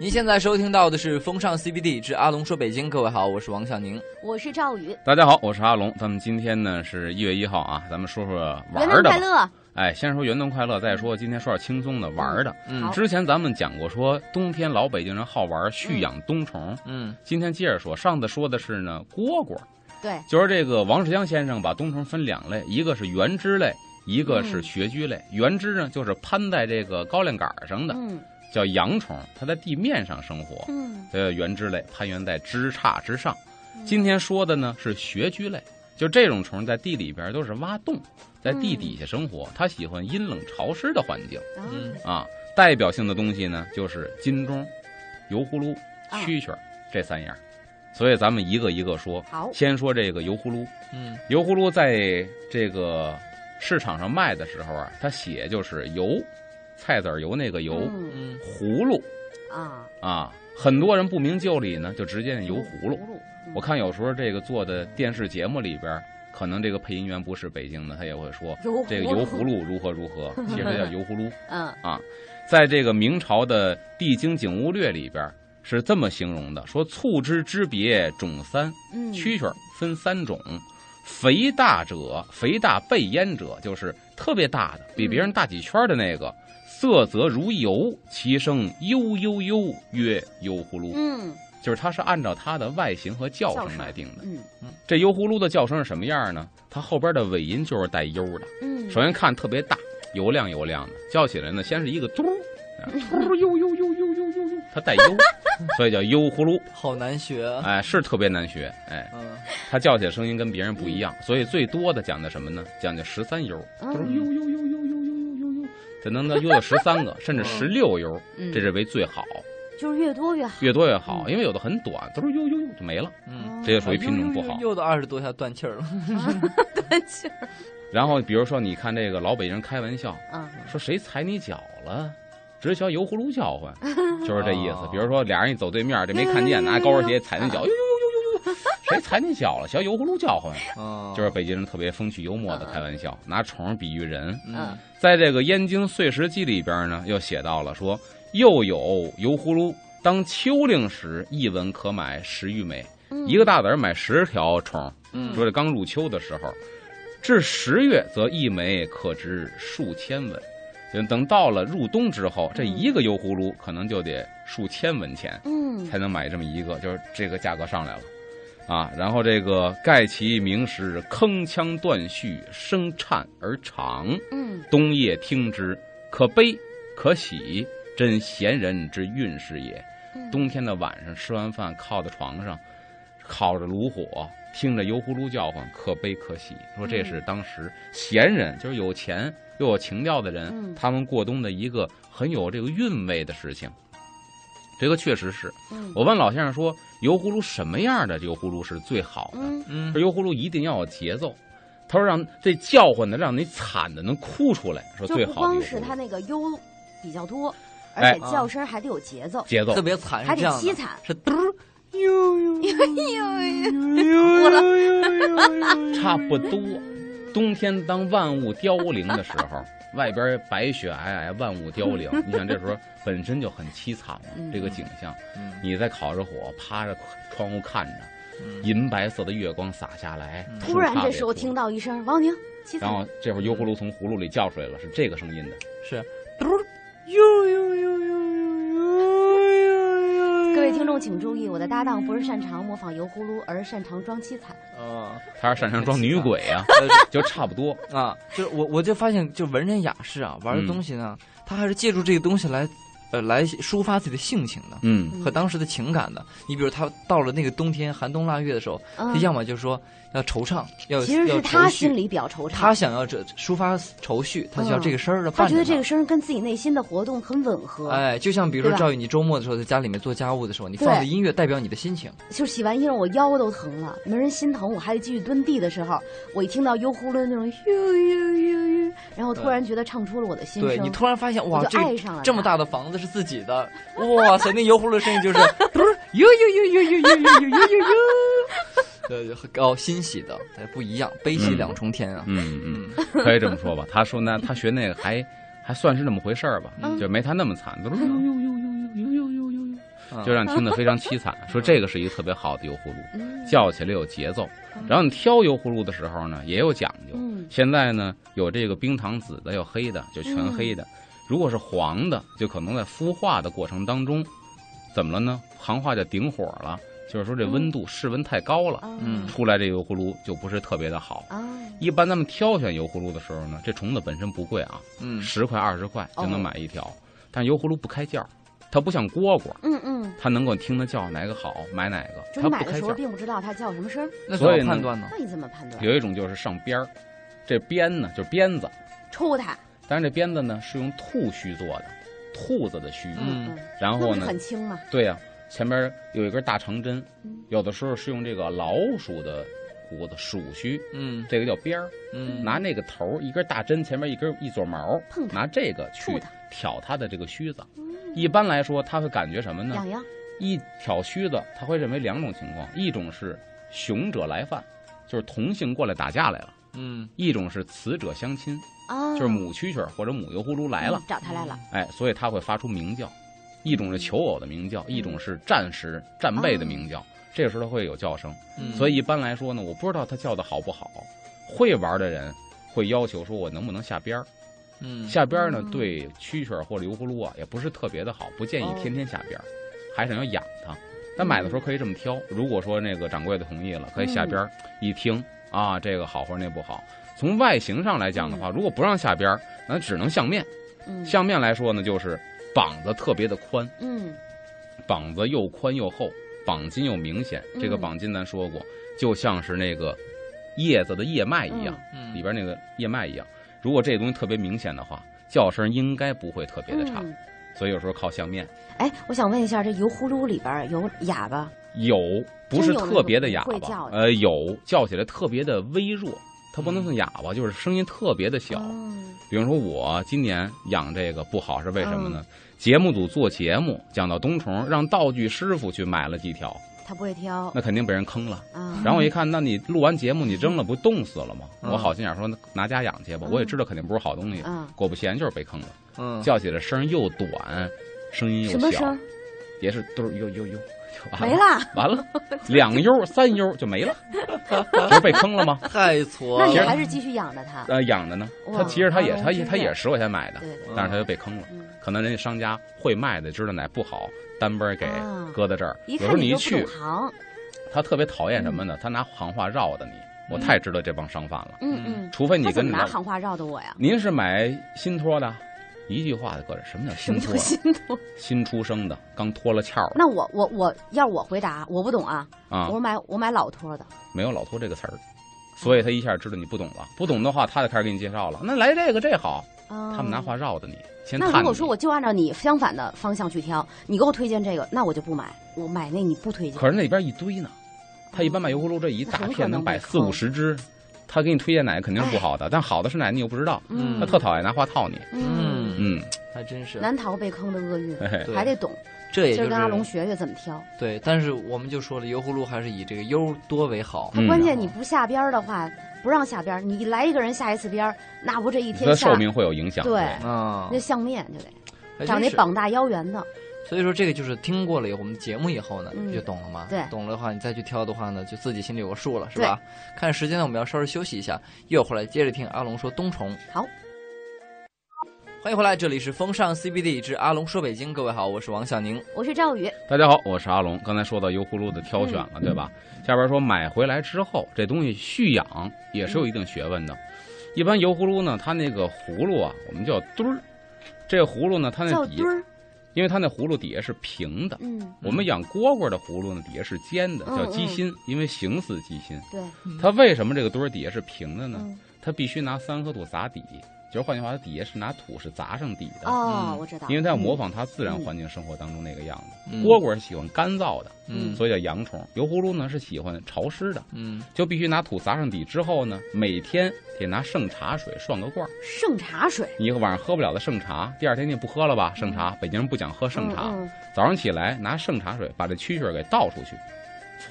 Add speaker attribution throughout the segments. Speaker 1: 您现在收听到的是《风尚 CBD 之阿龙说北京》，各位好，我是王小宁。
Speaker 2: 我是赵宇，
Speaker 3: 大家好，我是阿龙。咱们今天呢是一月一号啊，咱们说说玩
Speaker 2: 元
Speaker 3: 儿
Speaker 2: 旦快
Speaker 3: 的吧。
Speaker 2: 乐！
Speaker 3: 哎，先说元旦快乐，再说今天说点轻松的玩儿的。
Speaker 1: 嗯
Speaker 2: 好
Speaker 3: 之前咱们讲过说，冬天老北京人好玩儿蓄养冬虫。
Speaker 1: 嗯
Speaker 3: 今天接着说，上次说的是呢蝈蝈，
Speaker 2: 对，
Speaker 3: 就是这个王世襄先生把冬虫分两类，一个是原枝类，一个是
Speaker 2: 嗯
Speaker 3: 穴居类。原枝呢就是攀在这个高粱杆儿上的，
Speaker 2: 嗯
Speaker 3: 叫蚜虫，它在地面上生活，
Speaker 2: 嗯，
Speaker 3: 叫原枝类，攀援在枝杈之上。
Speaker 2: 嗯
Speaker 3: 今天说的呢是穴居类，就这种虫在地里边都是挖洞，在地底下生活，它喜欢阴冷潮湿的环境
Speaker 2: 啊
Speaker 1: 嗯
Speaker 3: 啊。代表性的东西呢就是金钟、油葫芦、
Speaker 2: 啊
Speaker 3: 蛐蛐儿这三样儿，所以咱们一个一个说。
Speaker 2: 好，
Speaker 3: 先说这个油葫芦，
Speaker 1: 嗯
Speaker 3: 油葫芦在这个市场上卖的时候啊，它写就是油，菜籽儿油那个油，
Speaker 2: 嗯
Speaker 1: 嗯
Speaker 3: 葫芦
Speaker 2: 啊，
Speaker 3: 啊。很多人不明就里呢，就直接念油葫芦。
Speaker 2: 芦，
Speaker 3: 我看有时候这个做的电视节目里边儿，可能这个配音员不是北京的，他也会说
Speaker 2: 油
Speaker 3: 这个油葫，芦如何如何，其实它叫油葫芦。
Speaker 2: 嗯
Speaker 3: 在这个明朝的《地经景物略》里边儿是这么形容的：说醋之之别种三，
Speaker 2: 嗯，
Speaker 3: 蛐蛐儿分三种，肥大者，肥大背焉者，就是特别大的，比
Speaker 2: 嗯
Speaker 3: 别人大几圈儿的那个。色泽如油，其声悠悠悠，曰油葫芦。
Speaker 2: 嗯
Speaker 3: 就是它是按照它的外形和叫
Speaker 2: 叫
Speaker 3: 声
Speaker 2: 声
Speaker 3: 来定的。
Speaker 2: 嗯
Speaker 3: 这油葫芦的叫声是什么样呢？它后边的尾音就是带悠的。
Speaker 2: 嗯，
Speaker 3: 首先看特别大，油亮油亮的，叫起来呢，先是一个嘟儿，啊嘟悠悠悠悠悠悠悠，它带悠，所以叫悠葫芦。
Speaker 1: 好难学。啊
Speaker 3: 哎，是特别难学，哎，
Speaker 1: 嗯
Speaker 3: 它叫起来声音跟别人不一样，所以最多的讲的什么呢？讲究十三悠，嘟儿
Speaker 2: 嗯
Speaker 3: 悠悠悠悠悠悠悠悠悠，这能到悠到十三个，甚至十六悠，
Speaker 2: 嗯，
Speaker 3: 这是为最好，
Speaker 2: 就是越多越好，
Speaker 3: 越多越好，因为有的很短，嘟儿悠悠悠就没了，
Speaker 2: 哦
Speaker 1: 嗯，
Speaker 3: 这就属于品种不好。
Speaker 1: 又到二十多下断气儿了。
Speaker 2: 断气儿，
Speaker 3: 然后比如说，你看这个老北京人开玩笑，
Speaker 2: 嗯
Speaker 3: 说谁踩你脚了，只学油葫芦叫唤，就是这意
Speaker 1: 哦
Speaker 3: 思。比如说俩人一走对面，这没看见，拿高跟鞋踩你脚，呦呦呦呦呦呦，谁踩你脚了？学油葫芦叫唤，
Speaker 1: 嗯，
Speaker 3: 就是北京人特别风趣幽默的开玩笑，拿虫比喻人。
Speaker 1: 嗯
Speaker 3: 在这个《燕京岁时记》里边呢，又写到了说，又有油葫芦。当秋令时，一文可买十余枚，
Speaker 2: 嗯，
Speaker 3: 一个大子儿买十条虫。
Speaker 1: 嗯
Speaker 3: 说这刚入秋的时候，至十月则一枚可值数千文，就等到了入冬之后，这一个油葫芦可能就得数千文钱
Speaker 2: 嗯
Speaker 3: 才能买这么一个，就是这个价格上来了。啊，然后这个盖其名时，铿锵断续，声颤而长。
Speaker 2: 嗯
Speaker 3: 冬夜听之，可悲可喜，真闲人之韵事也。
Speaker 2: 嗯
Speaker 3: 冬天的晚上，吃完饭靠在床上，烤着炉火，听着油葫芦叫唤，可悲可喜。说这是当时闲人，就是有钱又有情调的人，
Speaker 2: 嗯
Speaker 3: 他们过冬的一个很有这个韵味的事情。这个确实是
Speaker 2: 嗯
Speaker 3: 我问老先生说，油葫芦什么样的油葫芦是最好的？
Speaker 2: 嗯
Speaker 1: 嗯
Speaker 3: 说油葫芦一定要有节奏。他说让这叫唤的，让你惨的能哭出来，说
Speaker 2: 就
Speaker 3: 最
Speaker 2: 不
Speaker 3: 好的油
Speaker 2: 光
Speaker 3: 葫
Speaker 2: 是
Speaker 3: 芦
Speaker 2: 它那个优比较多，
Speaker 3: 哎
Speaker 2: 而且叫声还得有节奏，
Speaker 3: 节奏
Speaker 1: 嗯特。别惨，
Speaker 2: 还
Speaker 1: 是这
Speaker 2: 得
Speaker 1: 样
Speaker 2: 凄
Speaker 1: 的，
Speaker 2: 惨，哎
Speaker 1: 是嘟儿呦呦呦
Speaker 3: 嗯
Speaker 2: 哭了
Speaker 1: 了
Speaker 3: 差不多。冬天当万物凋零的时候， 外边白雪皑皑，万物凋 零。你想这时候本身就很凄惨了，
Speaker 2: 嗯
Speaker 3: 这个景象。
Speaker 1: 嗯
Speaker 3: 你在烤着火，趴着窗户看着，
Speaker 1: 嗯
Speaker 3: 银白色的月光洒下来。
Speaker 1: 嗯
Speaker 2: 突然这时候听
Speaker 3: 到，
Speaker 2: 到一声王宁，凄
Speaker 3: 然
Speaker 2: 惨，
Speaker 3: 后这会儿油葫芦从葫芦里叫出来了，是这个声 音的。
Speaker 1: 是嘟儿呦呦呦呦呦呦。
Speaker 2: 各位听众请注意，我的搭档不是擅长模仿油葫芦，而是擅长装凄惨。
Speaker 1: 啊
Speaker 3: 他是擅长装女鬼啊， 就差不多。
Speaker 1: 啊，就是我我就发现，就文人雅士啊，玩的
Speaker 3: 嗯
Speaker 1: 东西呢，他还是借助这个东西来，呃，来抒发自己的性情的。
Speaker 3: 嗯，
Speaker 1: 和当时的情感的。你比如他到了那个冬天寒冬腊月的时候，他
Speaker 2: 嗯，
Speaker 1: 要么就说要惆怅，要
Speaker 2: 其实
Speaker 1: 要
Speaker 2: 是
Speaker 1: 愁
Speaker 2: 他
Speaker 1: 绪
Speaker 2: 心里比较惆怅，
Speaker 1: 他想要这抒发愁绪，他就要这个声儿的
Speaker 2: 他
Speaker 1: 伴
Speaker 2: 觉
Speaker 1: 着
Speaker 2: 得这个声儿跟自己内心的活动很吻合，
Speaker 1: 哎，就像比如说
Speaker 2: 对吧
Speaker 1: 赵宇，你周末的时候在家里面做家务的时候，你
Speaker 2: 对
Speaker 1: 放的音乐代表你的心情。
Speaker 2: 就是洗完衣裳我腰都疼了，没人心疼，我还得继续蹲地的时候，我一听到油葫芦那种呦呦呦呦，然后突然觉得唱出了我的心
Speaker 1: 对
Speaker 2: 声
Speaker 1: 你，突然发现，哇
Speaker 2: 我，就
Speaker 1: 这
Speaker 2: 爱
Speaker 1: 个
Speaker 2: 上了
Speaker 1: 这么
Speaker 2: 它，
Speaker 1: 大的房子是自己的，哇塞，那油葫芦声音就是不是呦呦呦呦呦呦呦呦呦呦，对，就很高欣喜的，哎，不一样，悲喜
Speaker 3: 嗯
Speaker 1: 两重天啊。
Speaker 3: 嗯，嗯，可以这么说吧。他说那他学
Speaker 1: 嗯
Speaker 3: 那个还还算是那么回事儿吧，就没他那么惨。嘟噜呦呦呦呦呦呦呦呦呦，
Speaker 1: 嗯
Speaker 3: 就让你听得非常凄惨。说这个是一个特别好的油葫芦，
Speaker 2: 嗯
Speaker 3: 叫起来有节奏。然后你挑油葫芦的时候呢，也有讲究。
Speaker 2: 嗯
Speaker 3: 现在呢，有这个冰糖紫的，有黑的，就全
Speaker 2: 嗯
Speaker 3: 黑的。如果是黄的，就可能在孵化的过程当中，怎么了呢？行话叫顶火了，就是说这
Speaker 2: 嗯
Speaker 3: 温度、室温太高了，
Speaker 2: 啊
Speaker 1: 嗯
Speaker 3: 出来这油葫芦就不是特别的好。
Speaker 2: 啊
Speaker 3: 一般咱们挑选油葫芦的时候呢，这虫子本身不贵啊，
Speaker 1: 嗯
Speaker 3: 十块二十块就
Speaker 2: 哦
Speaker 3: 能买一条。但油葫芦不开价儿，它不像蝈蝈，
Speaker 2: 嗯嗯，
Speaker 3: 它能够听它叫哪个好买哪个，
Speaker 2: 就你
Speaker 3: 它不
Speaker 2: 买
Speaker 3: 开
Speaker 2: 的时
Speaker 3: 价
Speaker 2: 候
Speaker 3: 儿。
Speaker 2: 并不知道它叫什么声儿，
Speaker 1: 那怎
Speaker 3: 所以
Speaker 1: 么
Speaker 3: 呢
Speaker 1: 判断呢？
Speaker 2: 那你怎么判断？
Speaker 3: 有一种就是上边儿，这鞭呢就是鞭子，
Speaker 2: 抽它，
Speaker 3: 但是这鞭子呢是用兔须做的，兔子的须。
Speaker 1: 嗯
Speaker 2: 嗯，
Speaker 3: 然
Speaker 2: 那
Speaker 3: 后
Speaker 2: 不是
Speaker 3: 呢，
Speaker 2: 很轻吗？
Speaker 3: 对呀、前边有一根大长针
Speaker 2: 嗯，
Speaker 3: 有的时候是用这个老鼠的胡子鼠须，
Speaker 1: 嗯
Speaker 3: 这个叫鞭儿，
Speaker 1: 嗯
Speaker 3: 拿那个头儿一根大针，前面一根一撮毛
Speaker 2: 碰，它
Speaker 3: 拿这个
Speaker 2: 触
Speaker 3: 去
Speaker 2: 它
Speaker 3: 挑它的这个须子。一般来说，它会感觉什么呢
Speaker 2: 痒？痒，
Speaker 3: 一挑须子，他会认为两种情况，一种是雄者来犯，就是同性过来打架来了；
Speaker 1: 嗯
Speaker 3: 一种是雌者相亲，
Speaker 2: 啊，
Speaker 3: 就是母蛐蛐儿或者母油葫芦来了
Speaker 2: 嗯，，找它来了，
Speaker 3: 哎，所以它会发出鸣叫，一种是求偶的鸣叫，一种是战时战备的鸣叫，这个时候它会有叫声。
Speaker 1: 嗯，
Speaker 3: 所
Speaker 1: 以
Speaker 3: 以一般来说呢，我不知道它叫的好不好，会玩的人会要求说我能不能下边儿，
Speaker 1: 嗯
Speaker 3: 下边儿呢
Speaker 2: 嗯
Speaker 3: 对蛐蛐儿或者油葫芦啊也不是特别的好，不建议
Speaker 2: 哦
Speaker 3: 天天下边儿，还是要养它。但买的时候可以这么
Speaker 2: 嗯
Speaker 3: 挑，如果说那个掌柜的同意了，可以下边儿一听啊，这个好或者那不好。从外形上来讲的话，如果不让下边儿，那只能相面。
Speaker 2: 嗯
Speaker 3: 相面来说呢，就是膀子特别的宽，
Speaker 2: 嗯
Speaker 3: 膀子又宽又厚，膀筋又明显。这个
Speaker 2: 嗯
Speaker 3: 膀筋咱说过，就像是那个叶子的叶脉一样，
Speaker 1: 嗯
Speaker 3: 里边那个叶脉一样。如果这东西特别明显的话，叫声应该不会特别的差。
Speaker 2: 嗯
Speaker 3: 所以有时候靠相面
Speaker 2: 哎，我想问一下，这油葫芦里边儿有哑巴？
Speaker 3: 有，不是
Speaker 2: 真有那
Speaker 3: 特别的
Speaker 2: 种
Speaker 3: 哑
Speaker 2: 不会
Speaker 3: 巴
Speaker 2: 叫，的
Speaker 3: 呃，有叫起来特别的微弱，它不能算哑巴，就是声音特别的小。
Speaker 2: 嗯
Speaker 3: 比如说我今年养这个不好是为什么呢？
Speaker 2: 嗯
Speaker 3: 节目组做节目讲到冬虫，让道具师傅去买了几条，
Speaker 2: 它不会挑
Speaker 3: 那肯定被人坑了。
Speaker 2: 啊。
Speaker 3: 然后我一看，那你录完节目你扔了不冻死了吗？
Speaker 1: 嗯
Speaker 3: 我好心眼说那拿家养去吧，
Speaker 2: 嗯
Speaker 3: 我也知道肯定不是好东西。
Speaker 2: 啊，
Speaker 3: 果不其然就是被坑了，
Speaker 1: 嗯
Speaker 3: 叫起来声儿又短，声音
Speaker 2: 什
Speaker 3: 又
Speaker 2: 么
Speaker 3: 小，
Speaker 2: 声儿？
Speaker 3: 也是都是呦呦呦，就完
Speaker 2: 没了。
Speaker 3: 完 了，两优三优就没了，就是被坑了吗？
Speaker 1: 太挫
Speaker 2: 那
Speaker 1: 了，
Speaker 2: 你
Speaker 3: 其实
Speaker 2: 还是继续养着它。
Speaker 3: 呃，养着呢，
Speaker 2: 哇哦
Speaker 3: 他其实他也
Speaker 2: 那
Speaker 3: 他
Speaker 2: 真
Speaker 3: 也
Speaker 2: 是
Speaker 3: 他也是十块钱买的，
Speaker 2: 对对，
Speaker 3: 但是他就被坑了。
Speaker 2: 嗯，
Speaker 3: 可能人家商家会卖的，知道哪不好，单杯儿给
Speaker 2: 啊
Speaker 3: 搁在这儿。
Speaker 2: 一
Speaker 3: 有时
Speaker 2: 看
Speaker 3: 候你一
Speaker 2: 就不
Speaker 3: 去
Speaker 2: 懂，嗯行。
Speaker 3: 他特别讨厌什么呢？他拿行话绕的你。我
Speaker 1: 嗯
Speaker 3: 太知道这帮商贩了，
Speaker 2: 嗯嗯，
Speaker 3: 除非你
Speaker 2: 他怎
Speaker 3: 跟
Speaker 2: 么
Speaker 3: 着
Speaker 2: 拿
Speaker 3: 他。
Speaker 2: 行话绕的我呀？
Speaker 3: 您是买新托的，一句话就搁这儿。什么叫
Speaker 2: 什
Speaker 3: 新
Speaker 2: 么
Speaker 3: 托
Speaker 2: 叫
Speaker 3: 啊？
Speaker 2: 心痛？
Speaker 3: 新出生的，刚脱了壳儿的
Speaker 2: 那我我我要我回答，我不懂啊，
Speaker 3: 啊，
Speaker 2: 我买我买老托的，
Speaker 3: 没有“老托”这个词儿，所以他一下知道你不懂了。不懂的话，他就开始给你介绍了。那来这个这好，
Speaker 2: 他
Speaker 3: 他们拿。话绕的你，先
Speaker 2: 那
Speaker 3: 探
Speaker 2: 如果
Speaker 3: 你
Speaker 2: 说我就按照你相反的方向去挑，你给我推荐这个，那我就不买，我买那你不推荐。
Speaker 3: 可是那里边一堆呢，他一般买油葫芦这一大片能摆四五十只，他给你推荐哪个肯定是不好的，但好的是哪个你又不知道，
Speaker 1: 嗯
Speaker 3: 他特讨厌拿话套你。
Speaker 2: 嗯，
Speaker 3: 嗯，
Speaker 1: 还真是，
Speaker 2: 难逃被坑的厄运，
Speaker 3: 嘿嘿，
Speaker 1: 对
Speaker 2: 还得懂。
Speaker 1: 这也就
Speaker 2: 今儿跟阿龙
Speaker 1: 是
Speaker 2: 学学怎么挑，
Speaker 1: 对，但是我们就说了，油葫芦还是以这个优多为好，
Speaker 3: 嗯
Speaker 2: 关键你不下边儿的话，不让下边儿，你来一个人下一次边儿，那不这一
Speaker 3: 他的
Speaker 2: 天下
Speaker 3: 寿命会有影响。
Speaker 2: 对
Speaker 1: 啊
Speaker 2: 那，相面就得
Speaker 1: 还
Speaker 2: 长
Speaker 1: 哎真
Speaker 2: 那
Speaker 1: 是。
Speaker 2: 膀大腰圆的，
Speaker 1: 所以说这个就是听过了以后，我们节目以后呢，
Speaker 2: 嗯
Speaker 1: 你就懂了吗？
Speaker 2: 对
Speaker 1: 懂了的话，你再去挑的话呢，就自己心里有个数了，是吧？看时间呢，我们要稍事休息一下，一会儿回来接着听阿龙说冬虫。
Speaker 2: 好。
Speaker 1: 欢迎回来，这里是风尚 CBD 之阿龙说北京。各位好，我是王小宁。
Speaker 2: 我是赵宇，
Speaker 3: 大家好，我是阿龙。刚才说到油葫芦的挑选
Speaker 2: 嗯
Speaker 3: 了，对吧？下边说买回来之后，这东西蓄养也是有一定学问的。一般油葫芦呢，它那个葫芦啊，我们叫墩儿。这葫芦呢，它那
Speaker 2: 叫
Speaker 3: 底
Speaker 2: 墩，儿，
Speaker 3: 因为它那葫芦底下是平的，
Speaker 2: 嗯，
Speaker 3: 我们养蝈蝈的葫芦呢，底下是尖的，
Speaker 2: 嗯
Speaker 3: 叫鸡心，因为形似鸡心。
Speaker 2: 对，
Speaker 3: 它为什么这个墩儿底下是平的呢？
Speaker 2: 嗯，
Speaker 3: 它必须拿三合土砸底，就是换句话，它底下是拿土是砸上底的，
Speaker 2: 哦嗯
Speaker 1: 嗯，
Speaker 2: 我知道，
Speaker 3: 因为它要模
Speaker 2: 仿，
Speaker 3: 仿它自然环境生活当中那个样子。
Speaker 1: 嗯
Speaker 3: 蝈蝈是喜欢干燥的，
Speaker 1: 嗯
Speaker 3: 所以叫阳虫；油葫芦呢是喜欢潮湿的，
Speaker 1: 嗯，
Speaker 3: 就必须拿土砸上底之后呢，每天得拿剩茶水涮个罐儿。
Speaker 2: 圣茶水，
Speaker 3: 你晚上喝不了的剩茶，第二天你也不喝了吧？剩茶，北京人不讲喝剩茶。
Speaker 2: 嗯
Speaker 3: 早上起来拿剩茶水把这蛐蛐儿给倒出去，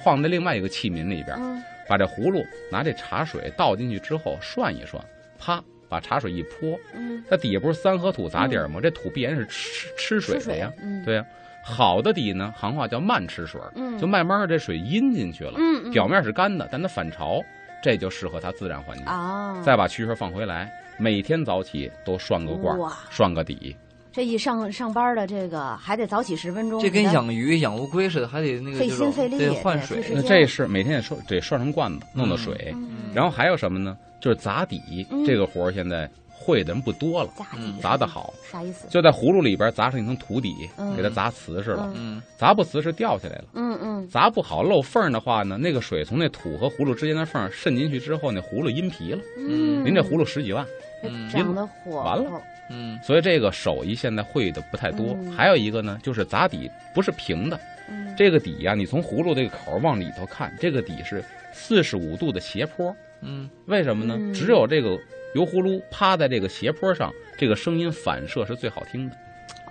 Speaker 3: 放在另外一个器皿里边，
Speaker 2: 嗯
Speaker 3: 把这葫芦拿这茶水倒进去之后涮一涮，啪，把茶水一泼，
Speaker 2: 嗯，
Speaker 3: 它底下不是三合土砸底儿吗？这土必然是吃吃
Speaker 2: 吃
Speaker 3: 水的
Speaker 2: 水
Speaker 3: 呀。，
Speaker 2: 嗯，
Speaker 3: 对呀、好的底呢，行话叫慢吃水儿，
Speaker 2: 嗯
Speaker 3: 就慢慢儿这水阴进去了，
Speaker 2: 嗯嗯
Speaker 3: 表面是干的，但它反潮，这就适合它自然环境。
Speaker 2: 啊，
Speaker 3: 再把蛐蛐放回来，每天早起都涮个罐儿
Speaker 2: 哇，
Speaker 3: 涮个底，
Speaker 2: 这一上上班的这个还得早起十分钟，
Speaker 1: 这跟
Speaker 2: 你看
Speaker 1: 养鱼、养乌龟似的，还得那个
Speaker 2: 哦费
Speaker 1: 这
Speaker 2: 心
Speaker 1: 种
Speaker 2: 费力
Speaker 1: 对
Speaker 2: 对
Speaker 1: 换
Speaker 2: 费
Speaker 1: 水。
Speaker 2: 时
Speaker 3: 那
Speaker 2: 间
Speaker 3: 这是每天得涮，得涮成罐子，弄的
Speaker 1: 嗯
Speaker 3: 水。
Speaker 2: 嗯
Speaker 3: 然后还有什么呢？就是砸底、
Speaker 2: 嗯
Speaker 3: 这个活儿，现在会的人不多了，
Speaker 2: 砸
Speaker 1: 嗯
Speaker 2: 底
Speaker 3: 砸得好，
Speaker 2: 啥意思？
Speaker 3: 就在葫芦里边砸上一层土底，
Speaker 2: 嗯
Speaker 3: 给它砸瓷实了。
Speaker 1: 嗯，
Speaker 3: 砸不瓷实掉下来了，
Speaker 2: 嗯嗯，
Speaker 3: 砸不好漏缝儿的话呢，那个水从那土和葫芦之间的缝儿渗进去之后，那葫芦阴皮了。
Speaker 1: 嗯
Speaker 2: 嗯，
Speaker 3: 您这葫芦十几万，
Speaker 1: 嗯
Speaker 2: 长得火
Speaker 3: 完了
Speaker 2: 候，
Speaker 1: 嗯
Speaker 3: 所以这个手艺现在会的不太多。
Speaker 2: 嗯
Speaker 3: 还有一个呢，就是砸底不是平的，
Speaker 2: 嗯
Speaker 3: 这个底呀、你从葫芦这个口儿往里头看，这个底是四十五度的斜坡。
Speaker 1: 嗯
Speaker 3: 为什么呢？
Speaker 2: 嗯
Speaker 3: 只有这个油葫芦趴在这个斜坡上，这个声音反射是最好听的。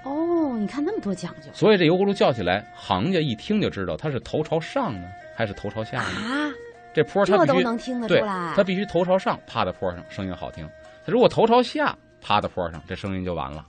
Speaker 2: 哦，你看那么多讲究
Speaker 3: 所以这油葫芦叫起来，行家一听就知道它是头朝上呢，还是头朝下呢。
Speaker 2: 啊，
Speaker 3: 这坡它
Speaker 2: 这
Speaker 3: 必
Speaker 2: 都
Speaker 3: 须
Speaker 2: 能听得出
Speaker 3: 对，
Speaker 2: 来
Speaker 3: 它。必须头朝上趴在坡上，声音好听。它如果头朝下趴在坡上，这声音就完了，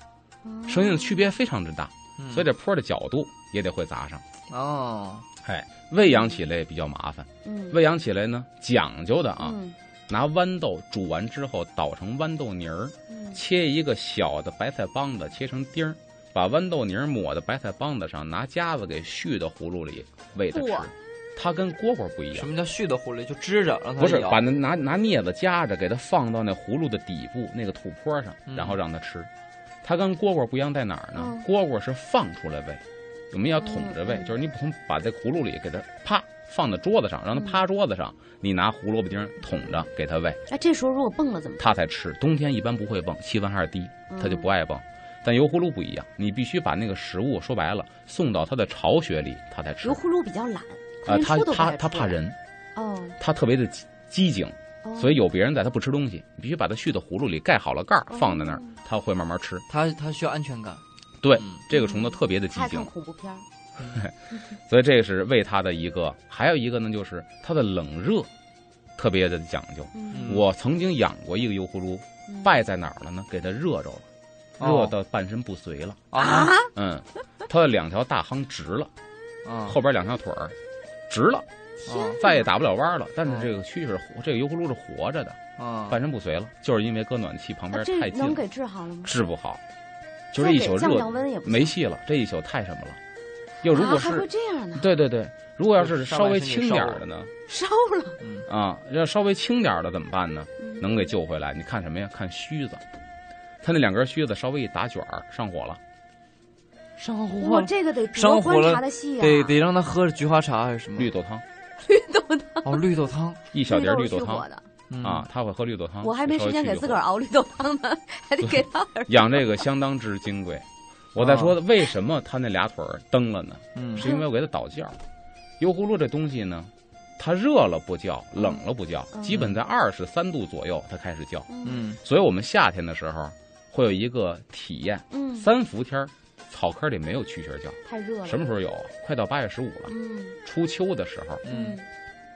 Speaker 2: 嗯
Speaker 3: 声音的区别非常之大。
Speaker 1: 嗯，
Speaker 3: 所以这坡的角度也得会砸上。
Speaker 1: 哦，
Speaker 3: 哎，喂养起来也比较麻烦，
Speaker 2: 嗯
Speaker 3: 喂养起来呢讲究的啊，
Speaker 2: 嗯
Speaker 3: 拿豌豆煮完之后捣成豌豆泥儿，
Speaker 2: 嗯
Speaker 3: 切一个小的白菜帮子，切成丁儿，把豌豆泥儿抹在白菜帮子上，拿夹子给续到葫芦里喂它吃
Speaker 2: 哇。
Speaker 3: 它跟蝈蝈不一
Speaker 1: 什
Speaker 3: 样，
Speaker 1: 么叫蓄的狐狸？就支着让它
Speaker 3: 不是
Speaker 1: 咬
Speaker 3: 把那拿拿镊子夹着，给它放到那葫芦的底部那个土坡上，
Speaker 1: 嗯
Speaker 3: 然后让它吃。它跟蝈蝈不一样在哪儿呢
Speaker 2: 嗯？
Speaker 3: 蝈蝈是放出来喂，我们要捅着喂
Speaker 2: 嗯，嗯
Speaker 3: 就是你从把这葫芦里给它啪放到桌子上，
Speaker 2: 嗯
Speaker 3: 让它趴桌子上，你拿胡萝卜丁儿捅着给它喂。
Speaker 2: 哎，这时候如果蹦了怎么嗯办？
Speaker 3: 它才吃。冬天一般不会蹦，气温还是低，它就不
Speaker 2: 爱。
Speaker 3: 爱蹦。但油葫芦不一样，你必须把那个食物说白了送到它的巢穴里，它才吃
Speaker 2: 油。葫芦比较懒，
Speaker 3: 呃，
Speaker 2: 连
Speaker 3: 它
Speaker 2: 书都不
Speaker 3: 它
Speaker 2: 太
Speaker 3: 它
Speaker 2: 出
Speaker 3: 怕
Speaker 2: 来
Speaker 3: 人，
Speaker 2: 哦，
Speaker 3: 它特别的机机警，
Speaker 2: 哦
Speaker 3: 所以有别人在它不吃东西，你必须把它续到葫芦里，盖好了盖儿
Speaker 2: 哦
Speaker 3: 放在那儿，它会慢慢吃。
Speaker 1: 它它需要安全感。
Speaker 3: 对
Speaker 1: 嗯，
Speaker 3: 这个虫子特别的机
Speaker 2: 他爱看
Speaker 3: 警，
Speaker 2: 恐怖片儿。
Speaker 3: 所以这是喂它的一个。还有一个呢，就是它的冷热特别的讲究。
Speaker 2: 嗯
Speaker 1: 嗯
Speaker 3: 我哦曾经养过一个油葫芦，
Speaker 2: 嗯
Speaker 3: 败在哪儿了呢？给它热着了，热
Speaker 1: 哦
Speaker 3: 到半身不遂了。
Speaker 1: 啊
Speaker 3: 嗯，它的两条大夯直了，
Speaker 1: 啊，
Speaker 3: 后边两条腿儿直了，
Speaker 1: 啊
Speaker 3: 再也打不了弯了。但是
Speaker 1: 嗯
Speaker 3: 这个蛐蛐是活，这个油葫芦是活着的，
Speaker 1: 啊，
Speaker 3: 半身不遂了，就是因为搁暖气旁
Speaker 2: 啊
Speaker 3: 边
Speaker 2: 这
Speaker 3: 太近
Speaker 2: 能
Speaker 3: 了，
Speaker 2: 给治好了吗？
Speaker 3: 治不好，就这一宿
Speaker 2: 再给降
Speaker 3: 热
Speaker 2: 降温也不行
Speaker 3: 没戏了，这一宿太什么了。要如
Speaker 2: 啊
Speaker 3: 果
Speaker 2: 还
Speaker 3: 是
Speaker 2: 会这样呢？
Speaker 3: 对对对，如果要是
Speaker 1: 就上
Speaker 3: 稍
Speaker 1: 半
Speaker 3: 微
Speaker 1: 身给
Speaker 3: 轻
Speaker 1: 烧
Speaker 3: 点
Speaker 1: 了
Speaker 3: 儿的呢，
Speaker 2: 烧了，
Speaker 1: 嗯
Speaker 3: 啊，要稍微轻点儿的怎么办呢？
Speaker 2: 嗯
Speaker 3: 能给救回来？你看什么呀？看须子，它那两根须子稍微一打卷儿，上火了，上
Speaker 2: 我这个得
Speaker 1: 上
Speaker 2: 多
Speaker 1: 火
Speaker 2: 观
Speaker 1: 了
Speaker 2: 察的细啊，
Speaker 1: 得得让它喝菊花茶还是什
Speaker 2: 嗯
Speaker 1: 么
Speaker 3: 绿豆汤，
Speaker 1: 哦绿豆汤
Speaker 3: 一小碟儿绿豆
Speaker 2: 是
Speaker 3: 汤
Speaker 2: 我。的，
Speaker 1: 嗯
Speaker 3: 啊，他会喝绿豆汤。
Speaker 2: 我还没
Speaker 3: 稍
Speaker 2: 时
Speaker 3: 微
Speaker 2: 间
Speaker 3: 去
Speaker 2: 给
Speaker 3: 就
Speaker 2: 自个儿
Speaker 3: 会
Speaker 2: 熬绿豆汤呢，还得给他点儿。
Speaker 3: 养这个相当之金贵。我在
Speaker 2: 哦
Speaker 3: 说为什么他那俩腿儿蹬了呢？
Speaker 1: 嗯
Speaker 3: 是因为我给他倒觉儿。油葫芦这东西呢，它热了不叫，冷了不叫，
Speaker 2: 嗯
Speaker 3: 基本在二十三度左右它开始叫。
Speaker 1: 嗯
Speaker 3: 所以我们夏天的时候会有一个体验，
Speaker 2: 嗯，
Speaker 3: 三伏天儿草坑里没有蛐蛐儿叫，
Speaker 2: 太热了。
Speaker 3: 什么时候有？快到八月十五了，
Speaker 2: 嗯
Speaker 3: 初秋的时候，
Speaker 1: 嗯
Speaker 2: 嗯，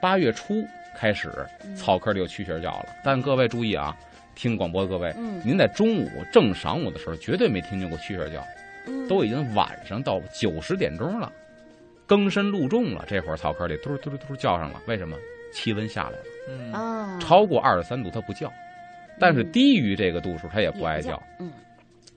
Speaker 3: 八月初开始
Speaker 2: 嗯
Speaker 3: 草坑里有蛐蛐儿叫了。但各位注意啊，听广播的各位，
Speaker 2: 嗯
Speaker 3: 您在中午正晌午的时候，绝对没听见过蛐蛐儿叫，
Speaker 2: 嗯
Speaker 3: 都已经晚上到九十点钟了，更深露重了，这会儿草坑里嘟噜嘟噜嘟噜叫上了。为什么？气温下来了，
Speaker 1: 嗯
Speaker 2: 啊
Speaker 3: 超过二十三度它不叫，但是
Speaker 2: 嗯
Speaker 3: 低于这个度数它也
Speaker 2: 也
Speaker 3: 不爱叫，。
Speaker 2: 嗯，啊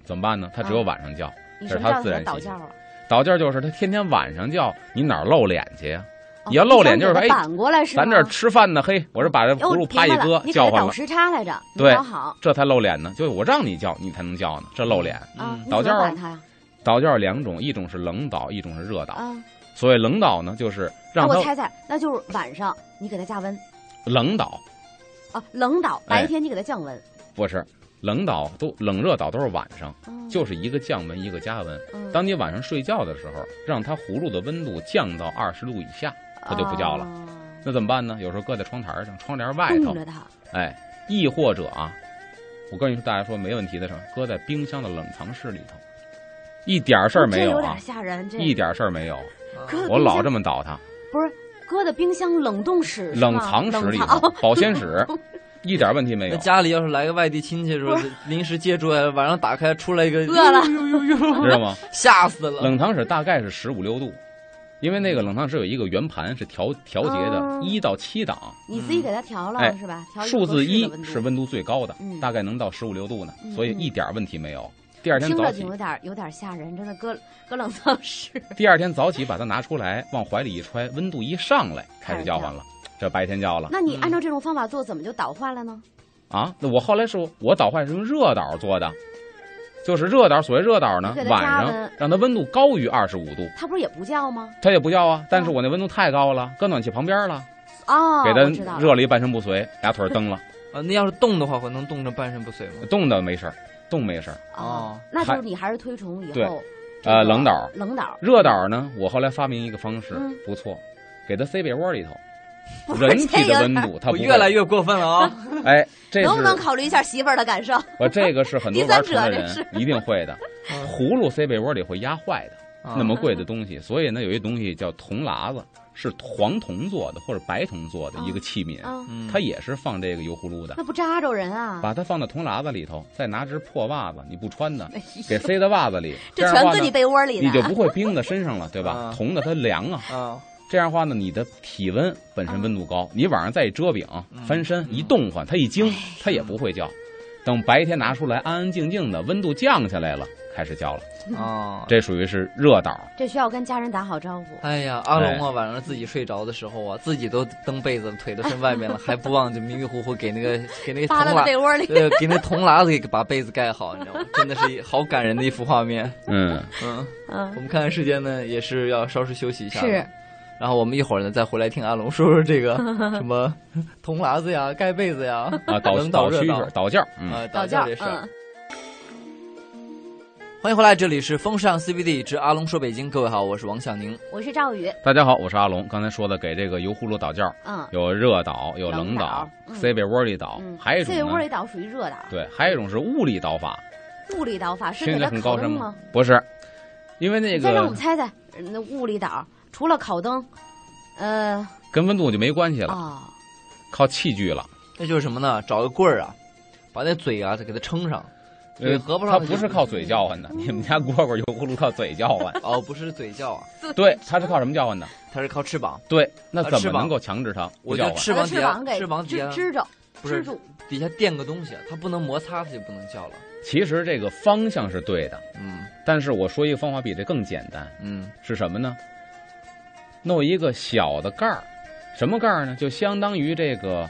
Speaker 3: 怎么办呢？它只有晚上叫，
Speaker 2: 你
Speaker 3: 这
Speaker 2: 什
Speaker 3: 是
Speaker 2: 么
Speaker 3: 它
Speaker 2: 叫
Speaker 3: 自
Speaker 2: 给
Speaker 3: 然
Speaker 2: 他倒
Speaker 3: 习
Speaker 2: 觉
Speaker 3: 性
Speaker 2: 了？
Speaker 3: 倒劲儿就是它天天晚上叫，你哪儿露脸去呀？
Speaker 2: 哦
Speaker 3: 你要露脸就是
Speaker 2: 想给
Speaker 3: 说
Speaker 2: 他反过来是吗
Speaker 3: 咱这儿吃饭呢，嘿，我这把这葫芦
Speaker 2: 哦
Speaker 3: 啪一
Speaker 2: 明白了
Speaker 3: 搁
Speaker 2: 你给
Speaker 3: 叫
Speaker 2: 他
Speaker 3: 唤
Speaker 2: 倒
Speaker 3: 了，
Speaker 2: 时差来着，你
Speaker 3: 对
Speaker 2: 倒好
Speaker 3: 这才露脸呢。就我让你叫，你才能叫呢，这露脸。
Speaker 2: 啊，
Speaker 1: 嗯
Speaker 2: 你
Speaker 3: 倒
Speaker 2: 怎么
Speaker 3: 觉
Speaker 2: 管
Speaker 3: 了
Speaker 2: 他呀？
Speaker 3: 倒教两种，一种是冷倒，一种是热倒。
Speaker 2: 啊，
Speaker 3: 所谓冷倒呢，就是
Speaker 2: 那
Speaker 3: 让
Speaker 2: 我
Speaker 3: 它
Speaker 2: 猜猜，那就是晚上你给他加温
Speaker 3: 冷倒，
Speaker 2: 啊，冷倒；
Speaker 3: 哎
Speaker 2: 白天你给他降温。
Speaker 3: 不是冷倒都冷热倒都是晚上，
Speaker 2: 嗯
Speaker 3: 就是一个降温一个加温。
Speaker 2: 嗯
Speaker 3: 当你晚上睡觉的时候，让它葫芦的温度降到二十度以下，它就不叫了
Speaker 2: 啊
Speaker 3: 那怎么办呢？有时候搁在窗台上、窗帘外
Speaker 2: 冻
Speaker 3: 头，
Speaker 2: 着它。
Speaker 3: 哎，亦或者啊，我跟你说，大家说没问题的时候，搁在冰箱的冷藏室里头，一点儿事儿没
Speaker 2: 这有
Speaker 3: 啊
Speaker 2: 点，吓人。这
Speaker 3: 一点儿事儿 没有。
Speaker 2: 搁
Speaker 3: 我老这
Speaker 2: 么
Speaker 3: 么倒它，
Speaker 2: 不是搁在冰箱冷冻室是吗、
Speaker 3: 冷藏室里
Speaker 2: 冷藏
Speaker 3: 头，保鲜室，一点问题没
Speaker 1: 那
Speaker 3: 有。
Speaker 1: 家里要是来个外地亲戚，说临时接住，晚上打开出来一个，
Speaker 2: 饿了
Speaker 1: 呦呦呦呦
Speaker 3: 知道吗？
Speaker 1: 吓死了。
Speaker 3: 冷汤水大概是十五六度，因为那个冷汤水有一个圆盘是调调节
Speaker 2: 哦
Speaker 3: 的，一到七档，
Speaker 2: 你自己给它调了、
Speaker 3: 哎
Speaker 2: 是吧？调
Speaker 3: 数字一是
Speaker 2: 温，
Speaker 3: 温度最高的
Speaker 2: 嗯，
Speaker 3: 大概能到十五六度呢
Speaker 2: 嗯，
Speaker 3: 所以一点问题没有。第二天
Speaker 2: 听
Speaker 3: 早
Speaker 2: 着就
Speaker 3: 起
Speaker 2: 有，点儿有点儿吓人，真的搁搁冷藏 室。
Speaker 3: 第二天早起把它拿出来，往怀里一揣，温度一上来，开
Speaker 2: 开
Speaker 3: 始
Speaker 2: 始叫
Speaker 3: 叫唤了，这白天叫了
Speaker 2: 那你按照这种方法做，怎么就倒坏了呢？
Speaker 3: 啊。那我后来是我导坏是用热导做的，就是热导，所谓热导呢
Speaker 2: 你给，它
Speaker 3: 晚
Speaker 2: 加
Speaker 3: 上
Speaker 2: 温
Speaker 3: 让它温度高于二十五度，
Speaker 2: 它不是也不叫吗？
Speaker 3: 它也不叫
Speaker 2: 嗯
Speaker 3: 啊，但是我那温度太高了，搁暖气旁边了，
Speaker 2: 哦，
Speaker 3: 给
Speaker 2: 我知道
Speaker 3: 它
Speaker 2: 了
Speaker 3: 热了一半身不遂，俩腿儿 蹬了。
Speaker 1: 啊，那要是冻的话，会能冻成半身不遂吗？
Speaker 3: 冻的没事儿，冻没事儿。
Speaker 2: 哦
Speaker 1: 哦，
Speaker 2: 那就
Speaker 3: 还
Speaker 2: 是你还是推崇以
Speaker 3: 对
Speaker 2: 后
Speaker 3: 呃，冷导儿、
Speaker 2: 冷导
Speaker 3: 热导儿呢，我后来发明一个方式
Speaker 2: 嗯，
Speaker 3: 不错，给它塞被 窝里头，
Speaker 2: 不是
Speaker 3: 人体
Speaker 2: 这
Speaker 3: 的
Speaker 2: 个
Speaker 3: 温度它
Speaker 1: 我
Speaker 3: 不
Speaker 1: 越来
Speaker 3: 越
Speaker 1: 越过分了 啊！
Speaker 3: 哎，这是
Speaker 2: 能不能考虑一下媳妇儿的感受？
Speaker 3: 我这个是很 多
Speaker 2: 第三
Speaker 3: 玩
Speaker 2: 者
Speaker 3: 成的
Speaker 2: 这是嗯
Speaker 3: 人一定 会的。葫芦塞被窝里会压坏的，
Speaker 1: 啊
Speaker 3: 那么贵的东西，所以呢，有一东西叫铜喇子，是黄铜做的或者白铜做的一个器皿，
Speaker 2: 啊，
Speaker 1: 嗯
Speaker 3: 它也是放这个油葫芦的。
Speaker 2: 那不扎着人啊！
Speaker 3: 把它放到铜喇子里头，再拿只破袜子，你不穿的
Speaker 2: 哎，呦
Speaker 3: 给塞到袜 子里，这
Speaker 2: 这
Speaker 3: 样的
Speaker 2: 全
Speaker 3: 话
Speaker 2: 搁
Speaker 3: 呢
Speaker 2: 你，被窝里
Speaker 3: 你就
Speaker 2: 呢。
Speaker 3: 不会冰在身上了，对吧
Speaker 1: 啊？
Speaker 3: 铜的它凉啊，
Speaker 1: 啊，
Speaker 3: 这样的话呢，你的体温本身温度高，
Speaker 2: 嗯
Speaker 3: 你晚上再一遮饼、
Speaker 1: 嗯
Speaker 3: 翻身
Speaker 1: 嗯
Speaker 3: 一动换，它一
Speaker 2: 哎
Speaker 3: 惊，它也不会叫。等白天拿出来，安安静静的，温度降下来了，开始叫了。
Speaker 1: 啊，
Speaker 3: 这属于是热导，
Speaker 2: 这需要跟家人打好招呼。
Speaker 1: 哎呀，阿龙啊，晚上自己睡着的时候啊，自己都蹬被子，腿都伸外 面了，还不忘就迷迷糊糊给那个 给那个铜
Speaker 2: 扒拉到
Speaker 1: 喇
Speaker 2: 被 窝里，
Speaker 1: 呃，给那铜喇子给把被子盖好，你知道吗？真的是一好感人的一幅画面。
Speaker 3: 嗯，
Speaker 1: 嗯，我
Speaker 2: 嗯，
Speaker 1: 们看看时间呢，也是要稍事休息一下。
Speaker 2: 是。
Speaker 1: 然后我们一会儿呢，再回来听阿龙说说这个 什 么铜喇子呀、盖被子呀、
Speaker 3: 啊，导
Speaker 1: 冷
Speaker 3: 导
Speaker 1: 热
Speaker 3: 蛐
Speaker 1: 导
Speaker 3: 蛐，导教，嗯，
Speaker 1: 啊
Speaker 2: 倒
Speaker 1: 导
Speaker 2: 觉
Speaker 1: 教这事儿。
Speaker 2: 嗯，
Speaker 1: 欢迎回来，这里是风尚 CBD 之阿龙说北京。各位好，我是王向宁。
Speaker 2: 我是赵宇，
Speaker 3: 大家好，我是阿龙。刚才说的给这个油葫芦导教，
Speaker 2: 嗯，
Speaker 3: 有热导，有
Speaker 2: 冷
Speaker 3: 冷
Speaker 2: 导
Speaker 3: 导，
Speaker 2: 嗯
Speaker 3: 塞被窝里导，
Speaker 2: 嗯，
Speaker 3: 还有一种
Speaker 2: 被窝
Speaker 3: 呢
Speaker 2: 里，倒属于热导，
Speaker 3: 对，还有一种是物理导法，
Speaker 2: 物理导法是
Speaker 3: 听
Speaker 2: 给
Speaker 3: 着
Speaker 2: 它
Speaker 3: 很
Speaker 2: 烤
Speaker 3: 高深
Speaker 2: 灯
Speaker 3: 吗
Speaker 2: 吗？？
Speaker 3: 不是，因为那
Speaker 2: 再让我
Speaker 3: 个
Speaker 2: 们猜猜，那物理导除了烤灯，呃
Speaker 3: 跟温度就没关系了，
Speaker 2: 啊，
Speaker 3: 靠器具了。
Speaker 1: 那就是什么呢？找个棍儿啊，把那嘴啊，再给它撑上。嘴
Speaker 3: 呃，
Speaker 1: 合不
Speaker 3: 他
Speaker 1: 上，
Speaker 3: 不是靠嘴叫唤的，你们家蝈蝈油葫芦靠嘴叫唤
Speaker 1: 哦，不是嘴叫啊，
Speaker 3: 对，它是靠什么叫唤的？
Speaker 1: 它是靠翅膀。
Speaker 3: 对，那
Speaker 1: 啊
Speaker 3: 怎
Speaker 1: 翅
Speaker 3: 么
Speaker 1: 膀
Speaker 3: 能够强制它不
Speaker 1: 我觉
Speaker 3: 叫啊
Speaker 1: 得翅膀
Speaker 3: 唤？
Speaker 1: 底
Speaker 2: 翅
Speaker 1: 下
Speaker 2: 膀，给
Speaker 1: 翅膀底下
Speaker 2: 支支着，
Speaker 1: 不
Speaker 2: 支
Speaker 1: 是
Speaker 2: 住，
Speaker 1: 底下垫个东西，它不能摩擦，它就不能叫了。
Speaker 3: 其实这个方向是对的，
Speaker 1: 嗯
Speaker 3: 但是我说一个方法比这更简单，
Speaker 1: 嗯
Speaker 3: 是什么呢？弄一个小的盖儿，什么盖儿呢？就相当于这个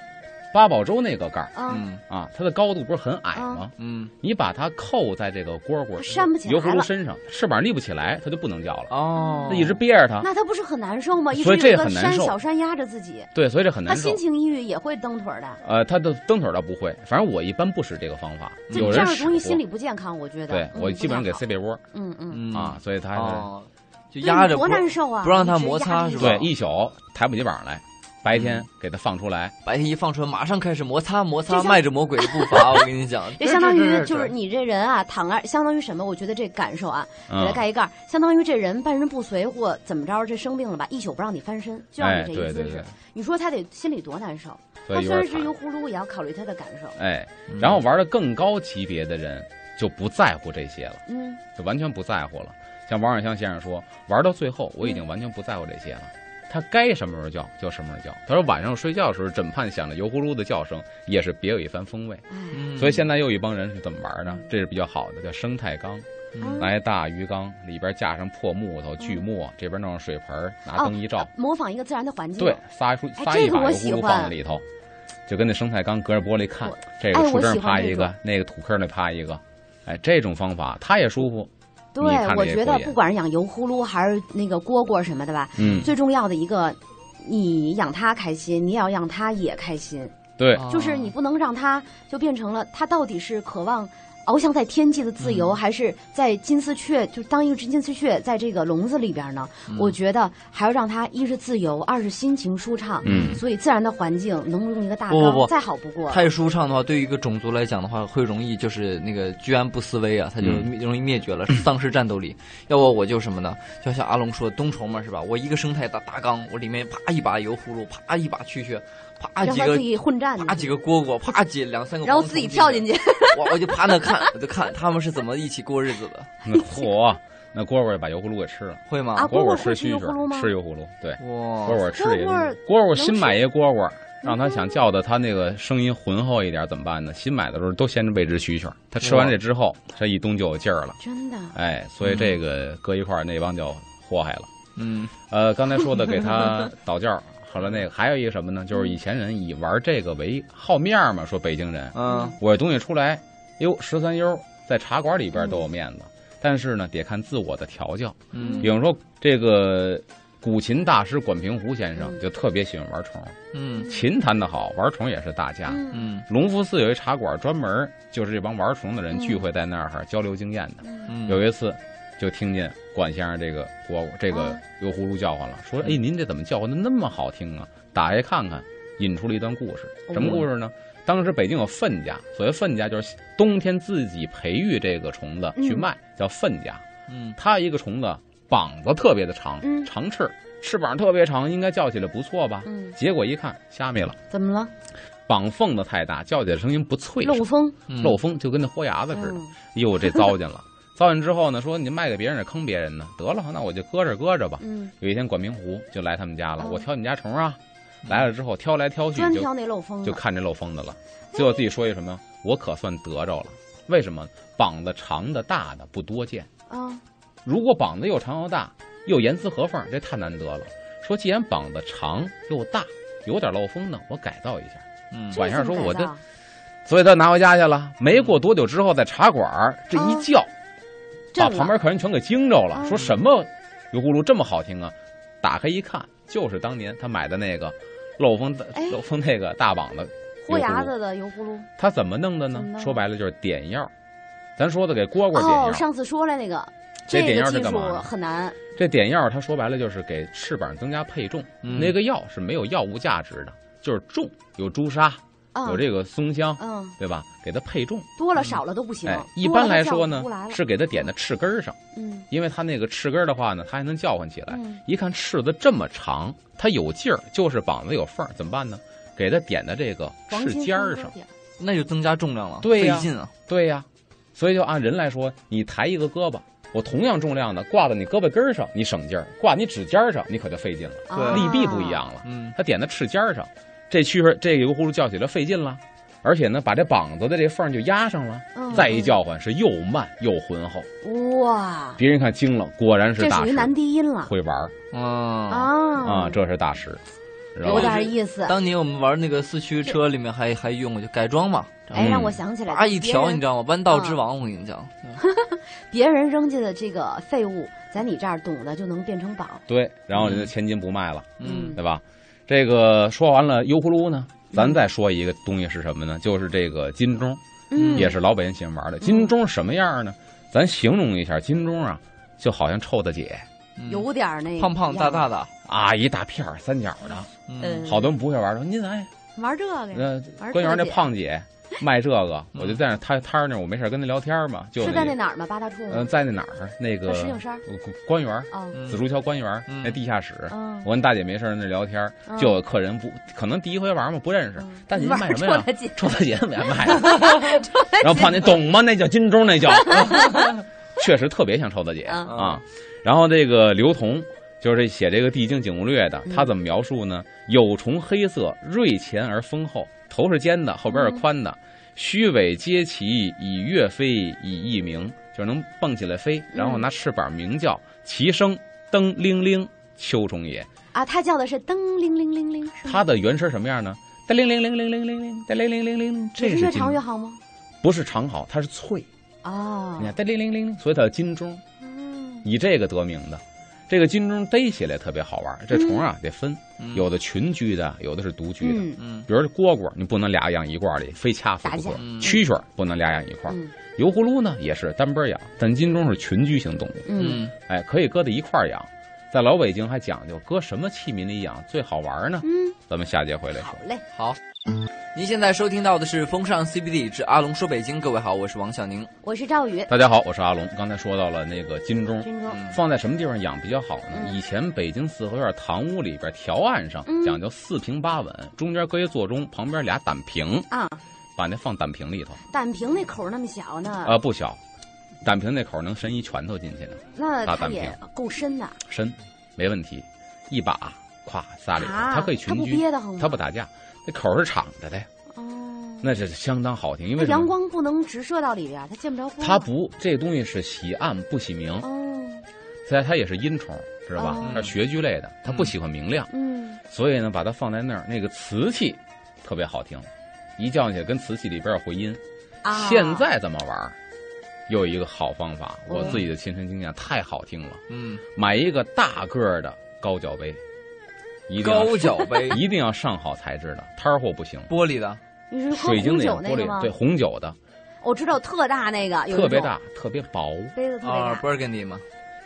Speaker 3: 八宝粥那个盖儿
Speaker 2: 啊，
Speaker 1: 嗯
Speaker 3: 啊，它的高度不是很矮吗？
Speaker 1: 嗯，
Speaker 3: 你把它扣在这个蝈
Speaker 2: 它
Speaker 3: 蝈
Speaker 2: 扇不起来
Speaker 3: 油葫芦
Speaker 2: 了
Speaker 3: 身上，翅膀立不起来，它就不能叫了。
Speaker 1: 哦，
Speaker 3: 那一直憋着它，
Speaker 2: 那他不是很难受吗？一
Speaker 3: 所
Speaker 2: 直
Speaker 3: 以这
Speaker 2: 有
Speaker 3: 也
Speaker 2: 个
Speaker 3: 很难
Speaker 2: 山
Speaker 3: 受
Speaker 2: 小山压着自己，
Speaker 3: 对，所以这很
Speaker 2: 他
Speaker 3: 难受。
Speaker 2: 心情抑郁也会蹬腿儿的，
Speaker 3: 呃，他的蹬腿儿倒不会，反正我一般不使这个方法。
Speaker 2: 这
Speaker 3: 有
Speaker 2: 嗯这
Speaker 3: 人
Speaker 2: 样
Speaker 3: 使
Speaker 2: 容易心
Speaker 3: 过
Speaker 2: 理不健康，我觉得。
Speaker 3: 对
Speaker 2: 嗯
Speaker 3: 我基本上给，
Speaker 2: 不太
Speaker 3: 塞被窝、
Speaker 2: 好嗯嗯，
Speaker 1: 嗯
Speaker 3: 啊，所以他还是、
Speaker 1: 哦，就压着
Speaker 2: 多
Speaker 1: 不
Speaker 2: 难受啊！
Speaker 1: 不让它
Speaker 2: 一直
Speaker 1: 摩擦
Speaker 2: 压着
Speaker 1: 是吧
Speaker 3: 对一宿抬不起膀来，白
Speaker 2: 嗯
Speaker 3: 天给他放出来，
Speaker 1: 白天一放出来，马上开始摩擦摩
Speaker 2: 就
Speaker 1: 擦，
Speaker 2: 像
Speaker 1: 迈着魔鬼的步伐。我跟你讲，
Speaker 2: 这相当于就是你这人啊，躺那儿相当于什么？我觉得这感受啊，给
Speaker 3: 嗯
Speaker 2: 他，盖一盖儿，相当于这人半身不遂或怎么着，这生病了吧，一宿不让你翻身，就让
Speaker 3: 哎，
Speaker 2: 你这一个
Speaker 3: 对
Speaker 2: 姿
Speaker 3: 对
Speaker 2: 势
Speaker 3: 对。，
Speaker 2: 你说他得心里多难受？
Speaker 3: 所
Speaker 2: 他哦虽
Speaker 3: 以有
Speaker 2: 然
Speaker 3: 点
Speaker 2: 是
Speaker 3: 惨
Speaker 2: 油葫芦，也要考虑他的感受。
Speaker 3: 哎，
Speaker 1: 嗯
Speaker 3: 然后玩的更高级别的人就不在乎这些了，
Speaker 2: 嗯，
Speaker 3: 就完全不在乎了。像王尔香先生说，玩到最后我已经完全不在乎这些了。他该什么时候叫就什么时候叫。他说晚上睡觉的时候，枕畔响着油葫芦的叫声，也是别有一番风味。
Speaker 2: 哎，
Speaker 1: 嗯
Speaker 3: 所以现在又有一帮人是怎么玩呢？这是比较好的，叫生态缸。
Speaker 1: 嗯
Speaker 3: 拿一大鱼缸，里边架上破木头、锯末，这边弄上水盆儿，拿
Speaker 2: 哦
Speaker 3: 灯一照，
Speaker 2: 模仿一个自然的环境。
Speaker 3: 对，撒出
Speaker 2: 哎
Speaker 3: 撒
Speaker 2: 这
Speaker 3: 一
Speaker 2: 个
Speaker 3: 把
Speaker 2: 我
Speaker 3: 油
Speaker 2: 喜
Speaker 3: 葫芦
Speaker 2: 欢
Speaker 3: 放在里头，就跟那生菜缸隔着玻璃看
Speaker 2: 我，
Speaker 3: 这
Speaker 2: 哎
Speaker 3: 个树
Speaker 2: 我
Speaker 3: 枝上
Speaker 2: 喜欢
Speaker 3: 趴
Speaker 2: 这
Speaker 3: 一个，那个土坑里趴一个，哎，这种方法它也舒服，
Speaker 2: 对
Speaker 3: 你看着
Speaker 2: 我
Speaker 3: 也
Speaker 2: 觉
Speaker 3: 过
Speaker 2: 得
Speaker 3: 瘾
Speaker 2: 不管是养油葫芦还是那个蝈蝈什么的吧，
Speaker 3: 嗯，
Speaker 2: 最重要的一个，你养它开心，你也要让它也开心。
Speaker 3: 对，
Speaker 1: 嗯
Speaker 2: 就是你不能让它就变成了，它到底是渴望翱翔在天际的自
Speaker 3: 嗯
Speaker 2: 由，还是在金丝雀就当一个金丝雀在这个笼子里边呢？我
Speaker 3: 嗯
Speaker 2: 觉得还要让它一是自由，二是心情舒畅。
Speaker 3: 嗯
Speaker 2: 所以自然的环境能用一个大
Speaker 1: 不
Speaker 2: 缸，
Speaker 1: 不不
Speaker 2: 再好不过。
Speaker 1: 太舒畅的话，对于一个种族来讲的话，会容易就是那个居安不思危啊，它就
Speaker 3: 嗯
Speaker 1: 灭容易灭绝 了，丧失战斗力。要不我就什么呢？就像阿龙说的，冬虫嘛是吧？我一个生态大大缸，我里面啪一把油葫芦，啪一把蛐蛐，啪
Speaker 2: 让
Speaker 1: 几
Speaker 2: 他
Speaker 1: 个
Speaker 2: 自己混战
Speaker 1: 啪
Speaker 2: 的，
Speaker 1: 几个蝈蝈，啪几两三个，
Speaker 2: 然后自己跳进
Speaker 1: 去，
Speaker 2: 去。
Speaker 1: 我我就趴那看，我就看他们是怎么一起过日子的，
Speaker 3: 那嚯，那蝈蝈把油葫芦给吃了，
Speaker 1: 会吗？
Speaker 2: 啊
Speaker 3: 蝈
Speaker 2: 蝈蝈
Speaker 3: 吃
Speaker 2: 会吃
Speaker 3: 蛐
Speaker 2: 油葫芦
Speaker 3: 蛐，
Speaker 2: 吗
Speaker 3: 吃油葫芦，对，
Speaker 1: 哇
Speaker 3: 蝈，蝈吃
Speaker 2: 蝈
Speaker 3: 也
Speaker 2: 蝈
Speaker 3: 蝈蝈
Speaker 2: 能
Speaker 3: 新
Speaker 2: 吃嗯
Speaker 3: 买一蝈蝈，让它想叫的它那个声音浑厚一点怎么办呢？新买的时候都先喂只蛐蛐儿，它吃完这之后，这一冬就有劲儿了，
Speaker 2: 真的，
Speaker 3: 哎，所
Speaker 2: 嗯
Speaker 3: 以这个搁一块儿那帮就祸害了。
Speaker 1: 嗯，
Speaker 3: 呃，刚才说的给 他倒教儿，后来那个还有一个什么呢？就是以前人以玩这个为好面儿嘛，说北京人，
Speaker 1: 嗯，
Speaker 3: 我这东西出来，哟，十三优在茶馆里边都
Speaker 2: 嗯
Speaker 3: 有面子，但是呢，得看自我的调教。
Speaker 1: 嗯
Speaker 3: 比如说这个古琴大师管平湖先生
Speaker 2: 嗯
Speaker 3: 就特别喜欢玩虫，
Speaker 1: 嗯
Speaker 3: 琴弹得好，玩虫也是大家。
Speaker 2: 嗯
Speaker 1: 嗯
Speaker 3: 隆福寺有一茶馆，专门就是这帮玩虫的人
Speaker 2: 嗯
Speaker 3: 聚会在那儿交流经验的。
Speaker 2: 嗯
Speaker 1: 嗯，
Speaker 3: 有一次就听见管先生这个蝈蝈这个
Speaker 2: 啊
Speaker 3: 油葫芦叫唤了，说：“哎，
Speaker 1: 嗯
Speaker 3: 您这怎么叫唤的那么好听啊？”打开看看，引出了一段故事。
Speaker 2: 哦
Speaker 3: 什么故事呢？当时北京有粪家，所谓粪家就是冬天自己培育这个虫子去
Speaker 2: 嗯
Speaker 3: 卖，叫粪家。
Speaker 1: 嗯
Speaker 3: 它一个虫子膀子特别的长，
Speaker 2: 嗯
Speaker 3: 长翅，翅膀特别长，应该叫起来不错吧？
Speaker 2: 嗯，
Speaker 3: 结果一看，虾米了，
Speaker 2: 怎么了？
Speaker 3: 膀缝子太大，叫起来声音不脆
Speaker 2: 漏
Speaker 3: 声，
Speaker 2: 风，
Speaker 1: 嗯，
Speaker 3: 漏风就跟那豁牙子似的。
Speaker 2: 嗯
Speaker 3: 哟，这糟践了。糟践之后呢，说你卖给别人也坑别人呢，得了，那我就搁着搁着吧。
Speaker 2: 嗯，
Speaker 3: 有一天，管明湖就来他们家了，
Speaker 2: 嗯
Speaker 3: 我挑你家虫啊。来了之后，挑来挑去
Speaker 2: 专
Speaker 3: 就
Speaker 2: 挑那漏风
Speaker 3: 就
Speaker 2: 的，
Speaker 3: 看这漏风的了。最后自己说一什么，我可算得着了。为什么？膀子长的大的不多见，
Speaker 2: 啊，
Speaker 3: 如果膀子又长又大，又严丝合缝，这太难得了。说既然膀子长又大，有点漏风呢，我改造一下。
Speaker 1: 嗯，
Speaker 3: 晚上说我
Speaker 2: 的
Speaker 3: 的，所以他拿回家去了。没过多久之后，在茶馆儿这一叫，
Speaker 2: 震
Speaker 3: 把
Speaker 2: 了
Speaker 3: 旁边客人全给惊着了，
Speaker 2: 啊
Speaker 3: 说什么油葫芦这么好听啊？打开一看，就是当年他买的那个漏风的
Speaker 2: 哎
Speaker 3: 漏风那个大膀子
Speaker 2: 豁牙。
Speaker 3: 油葫芦
Speaker 2: 子的油葫芦。
Speaker 3: 他怎么弄的呢
Speaker 2: 怎么？弄的
Speaker 3: 说白了就是点药。咱说的给蝈蝈
Speaker 2: 哦，
Speaker 3: 点药，
Speaker 2: 上次说了那个，
Speaker 3: 这
Speaker 2: 这
Speaker 3: 点
Speaker 2: 个
Speaker 3: 药是
Speaker 2: 技
Speaker 3: 干
Speaker 2: 术
Speaker 3: 嘛的
Speaker 2: 很难，
Speaker 3: 这点药他说白了就是给翅膀增加配重。
Speaker 1: 嗯
Speaker 3: 那个药是没有药物价值的，就是重，有朱砂，
Speaker 2: 嗯，
Speaker 3: 有这个松香，
Speaker 2: 嗯，
Speaker 3: 对吧？给它配重。
Speaker 2: 多了少了都不行
Speaker 3: 哎，。一
Speaker 2: 多了
Speaker 3: 般来
Speaker 2: 它
Speaker 3: 说
Speaker 2: 叫
Speaker 3: 呢
Speaker 2: 不出来了
Speaker 3: 是给它点在翅根儿上，
Speaker 2: 嗯
Speaker 3: 因为它那个翅根儿的话呢，它还能叫唤起来。
Speaker 2: 嗯
Speaker 3: 一看翅子这么长，它有劲儿，就是膀子有缝儿，怎么办呢？给它点在这个
Speaker 2: 黄
Speaker 3: 翅
Speaker 2: 金
Speaker 3: 尖儿
Speaker 2: 双
Speaker 3: 上
Speaker 2: 高。点
Speaker 1: 那就增加重量了，
Speaker 3: 对呀
Speaker 1: 费劲啊，
Speaker 3: 对呀、所以就按人来说，你抬一个胳膊，我同样重量的挂到你胳膊根儿上，你省劲儿；挂你指尖儿上，你可就费劲了，
Speaker 2: 啊
Speaker 1: 对
Speaker 3: 力臂不一，样了。
Speaker 1: 嗯
Speaker 3: 它点在翅尖儿上，这蛐蛐这个油葫芦叫起来费劲了，而且呢，把这膀子的这缝儿就压上了。
Speaker 2: 嗯
Speaker 3: 再一叫唤是又慢又浑厚，
Speaker 2: 嗯哇，
Speaker 3: 别人一看惊了，果然是
Speaker 2: 这
Speaker 3: 大
Speaker 2: 属于
Speaker 3: 师，
Speaker 2: 男低音了
Speaker 3: 会玩儿
Speaker 1: 啊。
Speaker 2: 啊
Speaker 3: 啊，这是大师，知道
Speaker 2: 有
Speaker 3: 吧？
Speaker 2: 点意思。
Speaker 1: 当年我们玩那个四驱车里面还还用过，就改装嘛，
Speaker 2: 哎，
Speaker 3: 嗯
Speaker 2: 让我想起来，
Speaker 1: 叭一条，
Speaker 2: 别
Speaker 1: 你
Speaker 2: 人嗯
Speaker 1: 知道吗？弯道之王，我跟你讲，
Speaker 2: 别人扔进的这个废物，在你这儿懂的就能变成宝。
Speaker 3: 对，然后人家
Speaker 1: 嗯
Speaker 3: 千金不卖了，
Speaker 1: 嗯
Speaker 3: 对吧？这个说完了油葫芦呢，
Speaker 2: 嗯
Speaker 3: 咱再说一个东西是什么呢？就是这个金钟，
Speaker 1: 嗯
Speaker 3: 也是老北京喜欢玩的。
Speaker 2: 嗯
Speaker 3: 金钟什么样呢？咱形容一下，金钟啊，就好像臭大姐
Speaker 1: 嗯
Speaker 2: 有点儿那
Speaker 1: 胖胖大大
Speaker 2: 的，
Speaker 1: 的，
Speaker 3: 啊，一大片儿三角的，
Speaker 1: 嗯
Speaker 2: 嗯，
Speaker 3: 好多人不会玩，说您哎，
Speaker 2: 玩这个呀，
Speaker 3: 呃，
Speaker 2: 玩
Speaker 3: 官员
Speaker 2: 臭大
Speaker 3: 那
Speaker 2: 姐
Speaker 3: 胖姐卖这 个，
Speaker 1: 嗯
Speaker 3: 我就在那摊摊儿那儿，我没事儿跟她聊天嘛，就是
Speaker 2: 在那哪儿吗？八大处
Speaker 3: 呃，
Speaker 2: 吗？
Speaker 3: 在那哪儿那个
Speaker 2: 啊石景山
Speaker 3: 呃官员
Speaker 2: 哦，
Speaker 1: 嗯
Speaker 3: 紫竹桥官员
Speaker 1: 嗯
Speaker 3: 那地下室，
Speaker 2: 嗯，
Speaker 3: 我跟大姐没事儿那聊天，
Speaker 2: 嗯
Speaker 3: 就有客人不可能第一回玩嘛，不认识
Speaker 2: 嗯，
Speaker 3: 大姐你
Speaker 2: 玩
Speaker 3: 买什
Speaker 2: 臭
Speaker 3: 么呀
Speaker 2: 大姐？
Speaker 3: 臭大姐怎么卖的？ 然后胖姐懂吗？那叫金钟，那叫， 确实特别像臭大姐
Speaker 2: 嗯
Speaker 3: 啊。然后这个刘同就是写这个《地经景物略》的，他怎么描述呢？有虫黑色，锐前而丰厚，头是尖的，后边是宽的，须尾皆齐，以跃飞，以翼鸣，就是能蹦起来飞，然后拿翅膀鸣叫，其声登铃铃，秋虫也。
Speaker 2: 啊，他叫的是噔铃铃铃铃，是吗
Speaker 3: 它的原声什么样呢？哒铃铃铃铃铃铃铃，哒铃铃铃铃，这
Speaker 2: 也
Speaker 3: 是
Speaker 2: 是越
Speaker 3: 金
Speaker 2: 长越好吗？
Speaker 3: 不是长好，它是脆。
Speaker 2: 哦
Speaker 3: 你，看哒铃铃铃铃，所以它叫金钟，
Speaker 2: 嗯
Speaker 3: 以这个得名的。这个金钟逮起来特别好玩，这虫啊得分，
Speaker 1: 嗯
Speaker 3: 有的群居的，有的是独居的。
Speaker 2: 嗯
Speaker 1: 嗯
Speaker 3: 比如说蝈蝈，你不能俩养一罐里，非掐死
Speaker 2: 打
Speaker 3: 不
Speaker 2: 架
Speaker 3: 可；
Speaker 1: 嗯
Speaker 3: 蛐蛐儿不能俩养一块儿，
Speaker 2: 嗯
Speaker 3: 油葫芦呢也是单奔养，但金钟是群居性动物，
Speaker 2: 嗯，
Speaker 1: 嗯
Speaker 3: 哎，可以搁在一块儿养。在老北京还讲究搁什么器皿里养最好玩呢？
Speaker 2: 嗯，
Speaker 3: 咱们下节回来说
Speaker 2: 好。嘞。
Speaker 1: 好。您现在收听到的是《风尚 CBD 之阿龙说北京》，各位好，我是王小宁。
Speaker 2: 我是赵宇，
Speaker 3: 大家好，我是阿龙。刚才说到了那个金钟，
Speaker 2: 军中，
Speaker 1: 嗯
Speaker 3: 放在什么地方养比较好呢？
Speaker 2: 嗯
Speaker 3: 以前北京四合院堂屋里边条案上
Speaker 2: 嗯
Speaker 3: 讲究四平八稳，中间搁一座钟，旁边俩胆瓶
Speaker 2: 啊，
Speaker 3: 把那放胆瓶里头
Speaker 2: 胆瓶那口儿那么小呢，
Speaker 3: 啊，不小，胆瓶那口能伸一拳头进去呢，
Speaker 2: 那
Speaker 3: 大
Speaker 2: 它
Speaker 3: 胆瓶
Speaker 2: 也够深的
Speaker 3: 伸没问题，一把咵撒里头，
Speaker 2: 啊，
Speaker 3: 它可以
Speaker 2: 它
Speaker 3: 群
Speaker 2: 不
Speaker 3: 居，
Speaker 2: 憋得啊慌吗？
Speaker 3: 它不打架，那口是敞着的呀，
Speaker 2: 哦，
Speaker 3: 那是相当好听，因
Speaker 2: 那
Speaker 3: 为什
Speaker 2: 阳
Speaker 3: 么？
Speaker 2: 光不能直射到里边儿，它见不着光。
Speaker 3: 它，不，这东西是喜暗不喜明，
Speaker 2: 哦，
Speaker 3: 它它也是阴虫，知道吧
Speaker 2: 哦？
Speaker 3: 它是穴居类的，它不喜欢明亮。
Speaker 2: 嗯，
Speaker 3: 所以呢，把它放在那儿，那个瓷器特别好听，一叫起来跟瓷器里边有回音。
Speaker 2: 啊，
Speaker 3: 现在怎么玩儿？又有一个好方法，我
Speaker 2: 嗯
Speaker 3: 自己的亲身经验太好听了，
Speaker 1: 嗯，
Speaker 3: 买一个大个儿的高脚杯，一定要
Speaker 1: 高脚 杯，
Speaker 3: 一定要上好材质的，摊儿货不行。
Speaker 1: 玻璃的，
Speaker 2: 你是喝
Speaker 3: 水晶
Speaker 2: 红
Speaker 3: 的也
Speaker 2: 酒
Speaker 3: 玻
Speaker 2: 那个
Speaker 3: 璃，
Speaker 2: 吗？
Speaker 3: 对，红酒的
Speaker 2: 我知道特大那个，有一
Speaker 3: 特别
Speaker 2: 种
Speaker 3: 大，特别薄，
Speaker 2: 杯子特别
Speaker 1: 啊
Speaker 2: 大，
Speaker 1: ，Burgundy 嘛，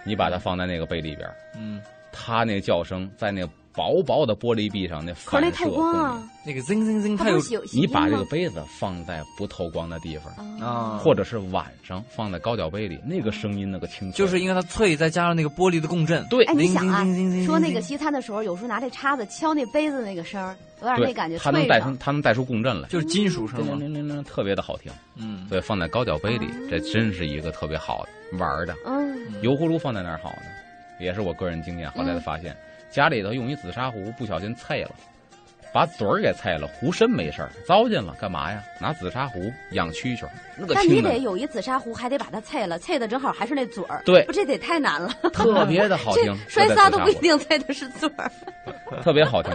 Speaker 3: 你把它放在那个杯里边儿，
Speaker 1: 嗯，
Speaker 3: 它那个叫声在那薄薄的玻璃壁上那
Speaker 2: 可
Speaker 3: 反
Speaker 2: 是那
Speaker 3: 射
Speaker 2: 太光
Speaker 3: 功
Speaker 2: 啊
Speaker 3: 能。，
Speaker 1: 那个 zing zing zing，
Speaker 2: 它
Speaker 1: 它有
Speaker 2: 不是有吸
Speaker 3: 你把
Speaker 2: 音
Speaker 3: 这个
Speaker 2: 吗
Speaker 3: 杯子放在不透光的地方，
Speaker 1: 啊，
Speaker 3: 或者是晚上放在高脚杯里，那个声音那个清脆，
Speaker 1: 就是因为它脆，再加上那个玻璃的共振，
Speaker 3: 对
Speaker 2: 哎，你想啊
Speaker 1: 叮叮叮叮，叮
Speaker 2: 说那个西餐的时候，有时候拿这叉子敲那杯子那个声儿，有点
Speaker 3: 对
Speaker 2: 那感觉
Speaker 3: 它
Speaker 2: 脆
Speaker 3: 能带
Speaker 2: 着
Speaker 3: 出。它能带出共振来，
Speaker 1: 就是金属声
Speaker 3: 叮铃
Speaker 1: 嘛，
Speaker 3: 铃铃铃，特别的好听。
Speaker 1: 嗯，
Speaker 3: 所以放在高脚杯里
Speaker 2: 哦，
Speaker 3: 这真是一个特别好的玩儿的。
Speaker 2: 嗯，
Speaker 3: 油葫芦放在哪儿好呢？也是我个人经验，后来才发现，家里头用一紫砂壶不小心碎了，把嘴儿给碎了，壶身没事儿，糟践了，干嘛呀？拿紫砂壶养蛐蛐儿，那个
Speaker 2: 但你
Speaker 3: 清
Speaker 2: 得
Speaker 3: 的
Speaker 2: 有一紫砂壶，还得把它碎了，碎的正好还是那嘴儿。
Speaker 3: 对
Speaker 2: 不，这得太难了。
Speaker 3: 特别的好
Speaker 2: 这
Speaker 3: 听，
Speaker 2: 摔
Speaker 3: 就在
Speaker 2: 仨
Speaker 3: 紫
Speaker 2: 都
Speaker 3: 砂
Speaker 2: 不一
Speaker 3: 壶
Speaker 2: 定碎的是嘴儿，
Speaker 3: 特别 好听。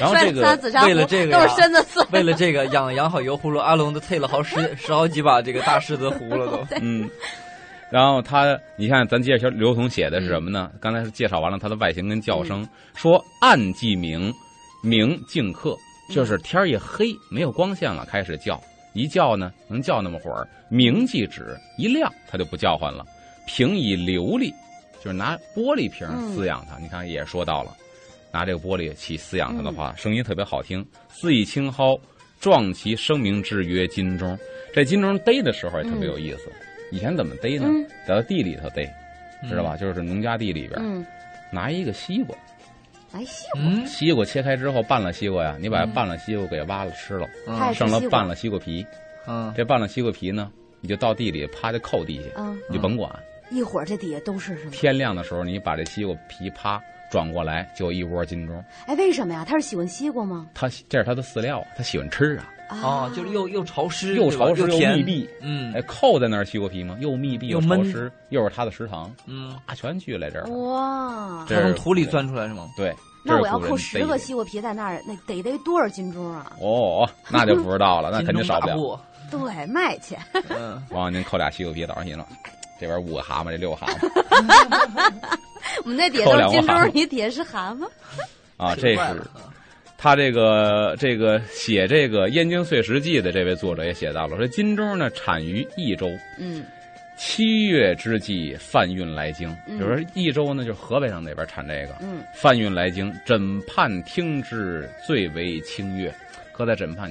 Speaker 3: 然后
Speaker 2: 摔
Speaker 3: 这
Speaker 2: 仨
Speaker 3: 个啊
Speaker 2: 紫砂壶
Speaker 1: 为了这个
Speaker 2: 都
Speaker 1: 呀
Speaker 2: 是身子碎。
Speaker 1: 为了这个养养好油葫芦，阿龙都退了好十十好几把这个大狮子壶了 都。
Speaker 3: 嗯，然后他，你看咱介绍刘同写的是什么呢？刚才介绍完了它的外形跟叫声，说暗即明，明静客，就是天儿一黑没有光线了，开始叫，一叫呢能叫那么会儿，明即止，一亮它就不叫唤了。瓶以琉璃，就是拿玻璃瓶
Speaker 2: 嗯
Speaker 3: 饲养它，你看也说到了。拿这个玻璃去饲养它的话，声音特别好听。四以青蒿，壮其声名之曰金钟。这金钟逮的时候也特别有意思。以前怎么逮呢？
Speaker 2: 嗯
Speaker 3: 在地里头逮，
Speaker 1: 嗯
Speaker 3: 知道吧？就是农家地里边、
Speaker 2: 嗯，
Speaker 3: 拿一个西瓜，
Speaker 2: 哎，西
Speaker 1: 嗯？
Speaker 3: 西瓜切开之后拌了西瓜呀，你把
Speaker 1: 嗯
Speaker 3: 拌了西瓜给挖了吃了，
Speaker 1: 嗯，
Speaker 2: 太爱吃
Speaker 3: 剩了
Speaker 2: 西瓜
Speaker 3: 拌了西瓜皮。
Speaker 1: 嗯，
Speaker 3: 这拌了西瓜皮呢，你就到地里啪就扣地下，
Speaker 2: 瓜啊，
Speaker 3: 你就甭管。
Speaker 2: 一会儿这底下都是什么？
Speaker 3: 天亮的时候，你把这西瓜皮啪转过来，就一窝金钟。
Speaker 2: 哎，为什么呀？他是喜欢西瓜吗？
Speaker 3: 它这是它的饲料啊，它喜欢吃啊。
Speaker 2: 啊，
Speaker 1: 哦，就是又又潮湿，
Speaker 3: 又
Speaker 1: 对吧
Speaker 3: 潮湿
Speaker 1: 又
Speaker 3: 又
Speaker 1: 甜
Speaker 3: 密，闭，
Speaker 1: 嗯
Speaker 3: 哎，扣在那儿西瓜皮吗？又密闭
Speaker 1: 又
Speaker 3: 潮
Speaker 1: 闷
Speaker 3: 湿，又是它的食堂，
Speaker 1: 嗯，
Speaker 3: 啊，全聚来这儿了。
Speaker 2: 哇，
Speaker 3: 这
Speaker 1: 它
Speaker 3: 是
Speaker 1: 从土里钻出来是吗？
Speaker 3: 对，
Speaker 2: 哦那
Speaker 3: 这
Speaker 2: 我
Speaker 3: 是
Speaker 2: 要
Speaker 3: 古人
Speaker 2: 扣十
Speaker 3: 逮
Speaker 2: 个
Speaker 3: 的
Speaker 2: 西瓜皮在那儿，那得得多少金钟啊？
Speaker 3: 哦，那就不 知道了，那肯定少不
Speaker 1: 金
Speaker 3: 了。
Speaker 1: 钟
Speaker 2: 对，卖去。
Speaker 1: 大户。嗯，
Speaker 3: 王您扣俩西瓜皮，早上一弄，这边五个蛤蟆，这六个蛤蟆
Speaker 2: 我们那底下都
Speaker 3: 扣
Speaker 2: 是
Speaker 3: 两
Speaker 2: 金
Speaker 3: 窝蛤
Speaker 2: 钟
Speaker 3: 蟆，
Speaker 2: 你底下是蛤蟆。
Speaker 3: 啊，这
Speaker 1: 奇怪
Speaker 3: 是
Speaker 1: 了啊
Speaker 3: 他这个这个写这个《燕京岁时记》的这位作者也写到了，说金钟呢产于益州，
Speaker 2: 嗯
Speaker 3: 七月之际贩运来京，
Speaker 2: 嗯
Speaker 3: 比如说益州呢，就是河北省那边产这个，
Speaker 2: 嗯，
Speaker 3: 贩运来京，枕畔听之，最为清越。搁在枕畔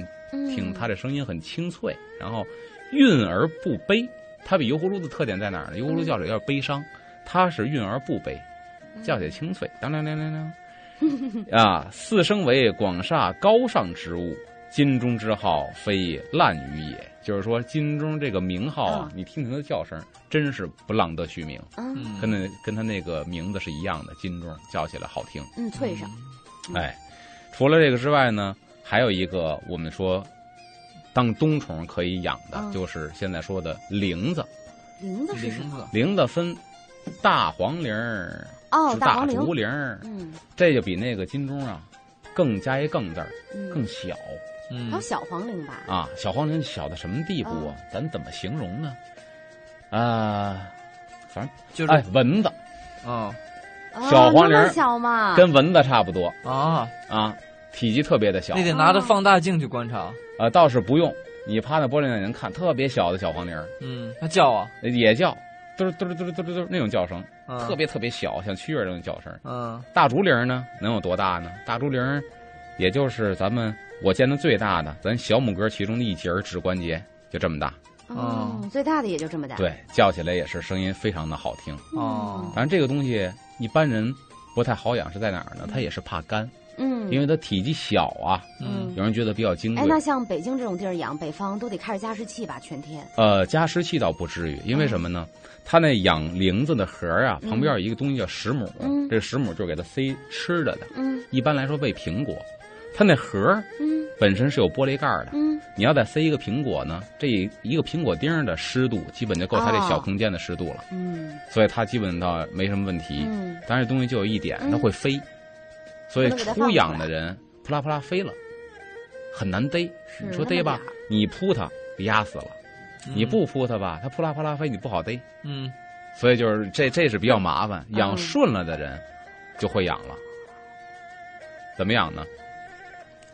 Speaker 3: 听，
Speaker 2: 嗯
Speaker 3: 它这声音很清脆，然后韵而不悲。它比油葫芦的特点在哪儿呢？油葫芦叫起来有点悲伤，
Speaker 2: 嗯
Speaker 3: 它是韵而不悲，叫起来清脆，当当 当当当。啊，四生为广厦高尚之物，金钟之号非滥竽也。就是说，金钟这个名号啊
Speaker 2: 啊，
Speaker 3: 你听听它的叫声，真是不浪得虚名，
Speaker 2: 嗯
Speaker 1: 嗯
Speaker 3: 跟那跟它那个名字是一样的。金钟叫起来好听。
Speaker 2: 嗯，脆上。嗯
Speaker 3: 哎，除了这个之外呢，还有一个我们说当冬虫可以养的，
Speaker 2: 嗯
Speaker 3: 就是现在说的铃子。
Speaker 2: 铃子是什
Speaker 1: 铃
Speaker 2: 么？啊
Speaker 1: 子，
Speaker 3: 嗯铃子分大黄铃儿、
Speaker 2: 哦，
Speaker 3: 是
Speaker 2: 大
Speaker 3: 大
Speaker 2: 黄
Speaker 3: 竹
Speaker 2: 铃。
Speaker 3: 铃儿，
Speaker 2: 嗯
Speaker 3: 这就比那个金钟啊更加一“更”字儿，更
Speaker 2: 嗯，
Speaker 3: 小
Speaker 1: 嗯
Speaker 2: 还有，小黄铃吧？
Speaker 3: 啊。小黄铃小到什么地步啊？
Speaker 2: 嗯
Speaker 3: 咱怎么形容呢？啊、反正
Speaker 1: 就
Speaker 3: 哎
Speaker 1: 是，
Speaker 3: 蚊子
Speaker 1: 嗯
Speaker 2: 啊
Speaker 3: 小黄铃
Speaker 2: 那
Speaker 3: 儿
Speaker 2: 么小嘛？
Speaker 3: 跟蚊子差不多
Speaker 1: 啊，
Speaker 3: 啊，体积特别的小
Speaker 1: 那。得拿着放大镜去观察。
Speaker 3: 呃，倒是不用，你趴在玻璃上也能看，特别小的小黄铃儿。
Speaker 1: 嗯，它叫啊，
Speaker 3: 也叫，嘟儿嘟儿嘟儿嘟儿嘟儿那种叫声，
Speaker 1: 嗯
Speaker 2: 啊
Speaker 3: 特别特别小，像蛐儿那种叫声。
Speaker 1: 嗯
Speaker 3: 大竹铃儿呢，能有多大呢？大竹铃儿也就是咱们我见的最大的，咱小拇哥其中的一节儿指关节就这么大，
Speaker 2: 哦，最大的也就这么大。
Speaker 3: 对，叫起来也是声音非常的好听。
Speaker 1: 哦
Speaker 2: 嗯
Speaker 3: 反正这个东西一般人不太好养，是在哪儿呢？它也是怕干，
Speaker 2: 嗯，
Speaker 3: 因为它体积小啊，
Speaker 1: 嗯
Speaker 3: 有人觉得比较金
Speaker 2: 哎，那
Speaker 3: 贵。
Speaker 2: 像北京这种地儿养，北方都得开着加湿器吧，全天。
Speaker 3: 呃，加湿器倒不至于，因为什么呢？它那养铃子的盒儿啊，旁边有一个东西叫石母，
Speaker 2: 嗯
Speaker 3: 这石母就是给它塞吃的的，
Speaker 2: 嗯
Speaker 3: 一般来说喂苹果。它那盒儿
Speaker 2: 嗯
Speaker 3: 本身是有玻璃盖儿的，
Speaker 2: 嗯，
Speaker 3: 你要再塞一个苹果呢，这一个苹果丁儿的湿度基本就够它这
Speaker 2: 哦
Speaker 3: 小空间的湿度了，
Speaker 2: 嗯
Speaker 3: 所以它基本倒没什么问题。
Speaker 2: 嗯，
Speaker 3: 但是东西就有一点，它会飞，所以初养的人扑啦扑啦飞了，很难逮。
Speaker 2: 是
Speaker 3: 你说逮吧，，你扑它压死了；哎你不扑它吧，它扑啦扑啦飞，你不好逮。
Speaker 1: 嗯
Speaker 3: 所以就是这这是比较麻烦，
Speaker 2: 嗯
Speaker 3: 养顺了的人就会养了。怎么养呢？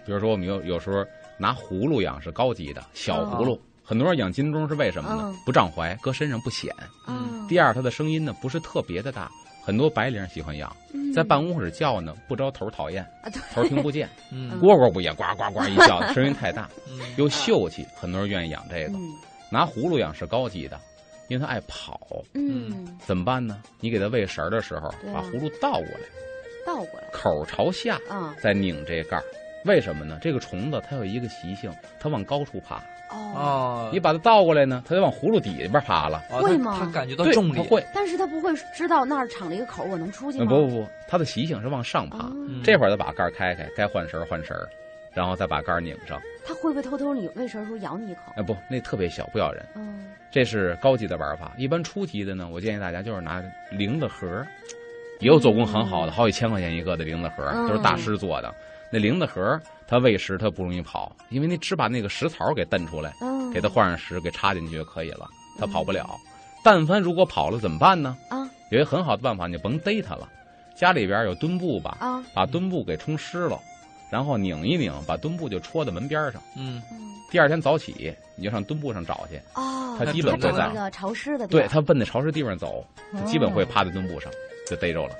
Speaker 3: 比如说我们有有时候拿葫芦养是高级的，小葫
Speaker 2: 哦
Speaker 3: 芦。很多人养金钟是为什么呢？
Speaker 2: 嗯
Speaker 3: 不胀怀，搁身上不显。
Speaker 2: 嗯，
Speaker 3: 第二，它的声音呢不是特别的大，很多白领喜欢养，
Speaker 2: 嗯
Speaker 3: 在办公室叫呢不招头讨厌，
Speaker 2: 啊对
Speaker 3: 头听 不见。
Speaker 1: 嗯
Speaker 3: 蝈蝈不也呱呱呱一叫，声音太大，
Speaker 1: 嗯
Speaker 3: 又秀气，很多人愿意养这个。
Speaker 2: 嗯
Speaker 3: 拿葫芦养是高级的，因为它爱跑。
Speaker 2: 嗯，
Speaker 3: 怎么办呢？你给它喂食儿的时候，
Speaker 2: 对啊
Speaker 3: 把葫芦倒过来，
Speaker 2: 倒过来
Speaker 3: 口儿朝下，
Speaker 2: 啊，
Speaker 3: 再拧这盖儿。为什么呢？这个虫子它有一个习性，它往高处爬。
Speaker 2: 哦，
Speaker 1: 哦
Speaker 3: 你，把它倒过来呢，它就往葫芦底边爬了。
Speaker 1: 哦
Speaker 2: 会
Speaker 1: 他
Speaker 2: 吗
Speaker 1: 他感觉到
Speaker 3: 对，
Speaker 1: 重
Speaker 3: 它
Speaker 1: 力，
Speaker 3: 会。
Speaker 2: 但是他不会知道那儿敞了一个口，我能出去吗？
Speaker 3: 嗯不不不，它的习性是往上爬。
Speaker 2: 啊，
Speaker 1: 嗯
Speaker 3: 这会儿它把盖儿开开，该换食儿换食儿，然后再把盖儿拧上。
Speaker 2: 他会不会偷偷你喂食的时候咬你一口？
Speaker 3: 哎，不，那特别小，不咬人。
Speaker 2: 嗯，
Speaker 3: 这是高级的玩法。一般初级的呢，我建议大家就是拿铃子盒儿，也有做工很好的，好几千块钱一个的铃子盒儿，
Speaker 2: 嗯
Speaker 3: 都是大师做的。那铃子盒儿它喂食它不容易跑，因为你只把那个食槽给蹬出来，
Speaker 2: 嗯，
Speaker 3: 给它换上食，给插进去就可以了，它跑不了。但凡如果跑了怎么办呢？
Speaker 2: 啊
Speaker 3: 有一个很好的办法，你就甭逮它了。家里边有墩布吧，
Speaker 2: 啊，
Speaker 3: 把墩布给冲湿了，然后拧一拧，把墩布就戳在门边儿上。
Speaker 1: 嗯
Speaker 2: 嗯
Speaker 3: 第二天早起，你就上墩布上找去，
Speaker 2: 哦，
Speaker 3: 它基本
Speaker 2: 找
Speaker 3: 不在
Speaker 2: 那。个潮湿的地
Speaker 3: 对
Speaker 2: 儿，
Speaker 3: 它奔那潮湿地方走，它基本会
Speaker 2: 哦
Speaker 3: 趴在墩布上就逮着了。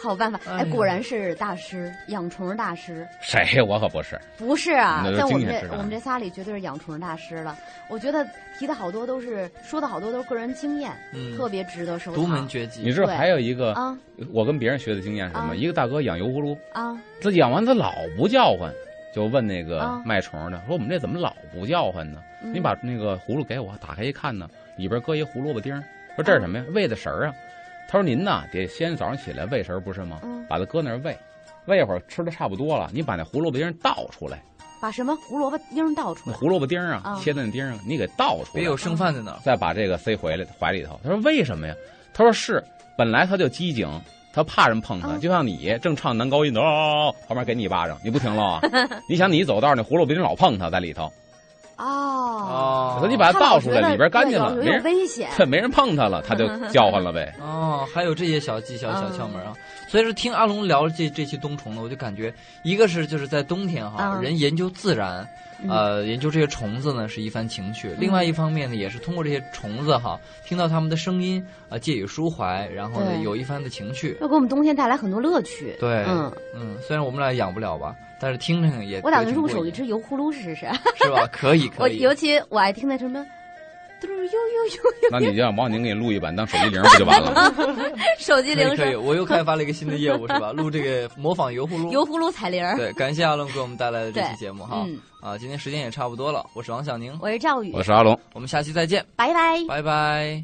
Speaker 2: 好办法，
Speaker 1: 哎，
Speaker 2: 哎
Speaker 1: 呀
Speaker 2: 果然是大师，养虫大师。
Speaker 3: 谁？我可不是。
Speaker 2: 不是啊
Speaker 3: 那，就
Speaker 2: 在我
Speaker 3: 经
Speaker 2: 们
Speaker 3: 典
Speaker 2: 这
Speaker 3: 之谈
Speaker 2: 我们这仨里绝对是养虫大师了。我觉得提的好多都是说的好多都是个人经验，
Speaker 1: 嗯，
Speaker 2: 特别值得收藏。
Speaker 1: 独门绝
Speaker 3: 你
Speaker 1: 技，
Speaker 3: 知道
Speaker 2: 对
Speaker 3: 还有一个，
Speaker 2: 啊
Speaker 3: 我跟别人学的经验是什么？
Speaker 2: 啊
Speaker 3: 一个大哥养油葫芦，
Speaker 2: 啊
Speaker 3: 他养完他老不叫唤，就问那个
Speaker 2: 啊
Speaker 3: 卖虫的说：“我们这怎么老不叫唤呢？
Speaker 2: 嗯
Speaker 3: 你把那个葫芦给我，打开一看呢，里边搁一胡萝卜丁儿。说这是什么呀？喂的食儿啊。”他说：“您呐，得先早上起来喂食儿不是吗
Speaker 2: 嗯？
Speaker 3: 把它搁那儿喂，喂一会儿吃的差不多了，你把那胡萝卜丁儿倒出来。
Speaker 2: 把什么胡萝卜缨倒出
Speaker 3: 那
Speaker 2: 来
Speaker 3: 胡萝卜丁儿啊，
Speaker 2: 啊
Speaker 3: 切的那丁儿啊，你给倒出来。
Speaker 1: 别有剩饭在那儿，
Speaker 3: 再把这个塞回来怀里头。他说为什么呀？他说是，本来他就机警，他怕人碰他，
Speaker 2: 嗯
Speaker 3: 就像你正唱男高音的，哦，旁边给你一巴掌，你不停了啊？ 你想你一走道儿那葫芦别人老碰他在里头，
Speaker 2: 哦，
Speaker 1: 哦，
Speaker 3: 所以你把它倒出
Speaker 2: 他老觉得
Speaker 3: 来，里边干净了，
Speaker 2: 对有
Speaker 3: 没
Speaker 2: 有
Speaker 3: 人，
Speaker 2: 危险。
Speaker 3: 没人碰他了，他就叫唤了呗。
Speaker 1: 哦，还有这些小技巧、小窍门啊。
Speaker 2: 嗯
Speaker 1: 所以说，听阿龙聊这这期冬虫呢，我就感觉，一个是就是在冬天哈，
Speaker 2: 嗯
Speaker 1: 人研究自然，
Speaker 2: 嗯
Speaker 1: 呃，研究这些虫子呢是一番情趣；另外一方面呢，也是通过这些虫子哈，听到它们的声音啊，借以抒怀，然后呢
Speaker 2: 对
Speaker 1: 有一番的情趣。
Speaker 2: 又给我们冬天带来很多乐趣。
Speaker 1: 对，
Speaker 2: 嗯，
Speaker 1: 嗯，虽然我们俩养不了吧，但是听听也
Speaker 2: 我打算
Speaker 1: 也挺
Speaker 2: 入
Speaker 1: 过
Speaker 2: 手一
Speaker 1: 瘾
Speaker 2: 只油葫芦试试。啊
Speaker 1: 是吧？可 以，
Speaker 2: 我
Speaker 1: 可以
Speaker 2: 尤。其我爱听那什么，嘟噜呦呦呦，
Speaker 3: 那你就让王宁给你录一版当手机铃儿不就完了吗？
Speaker 2: 手机
Speaker 1: 可以
Speaker 2: 铃
Speaker 1: 可以，
Speaker 2: 声，
Speaker 1: 我又开发了一个新的业务，是吧？录这个模仿油葫芦。
Speaker 2: 油葫芦彩铃儿。
Speaker 1: 对，感谢阿龙给我们带来的这期
Speaker 2: 对
Speaker 1: 节目哈。
Speaker 2: 嗯，
Speaker 1: 啊，今天时间也差不多了，我是王小宁，
Speaker 2: 我是赵宇，
Speaker 3: 我是阿龙。
Speaker 1: 我们下期再见，
Speaker 2: 拜拜。
Speaker 1: 拜拜。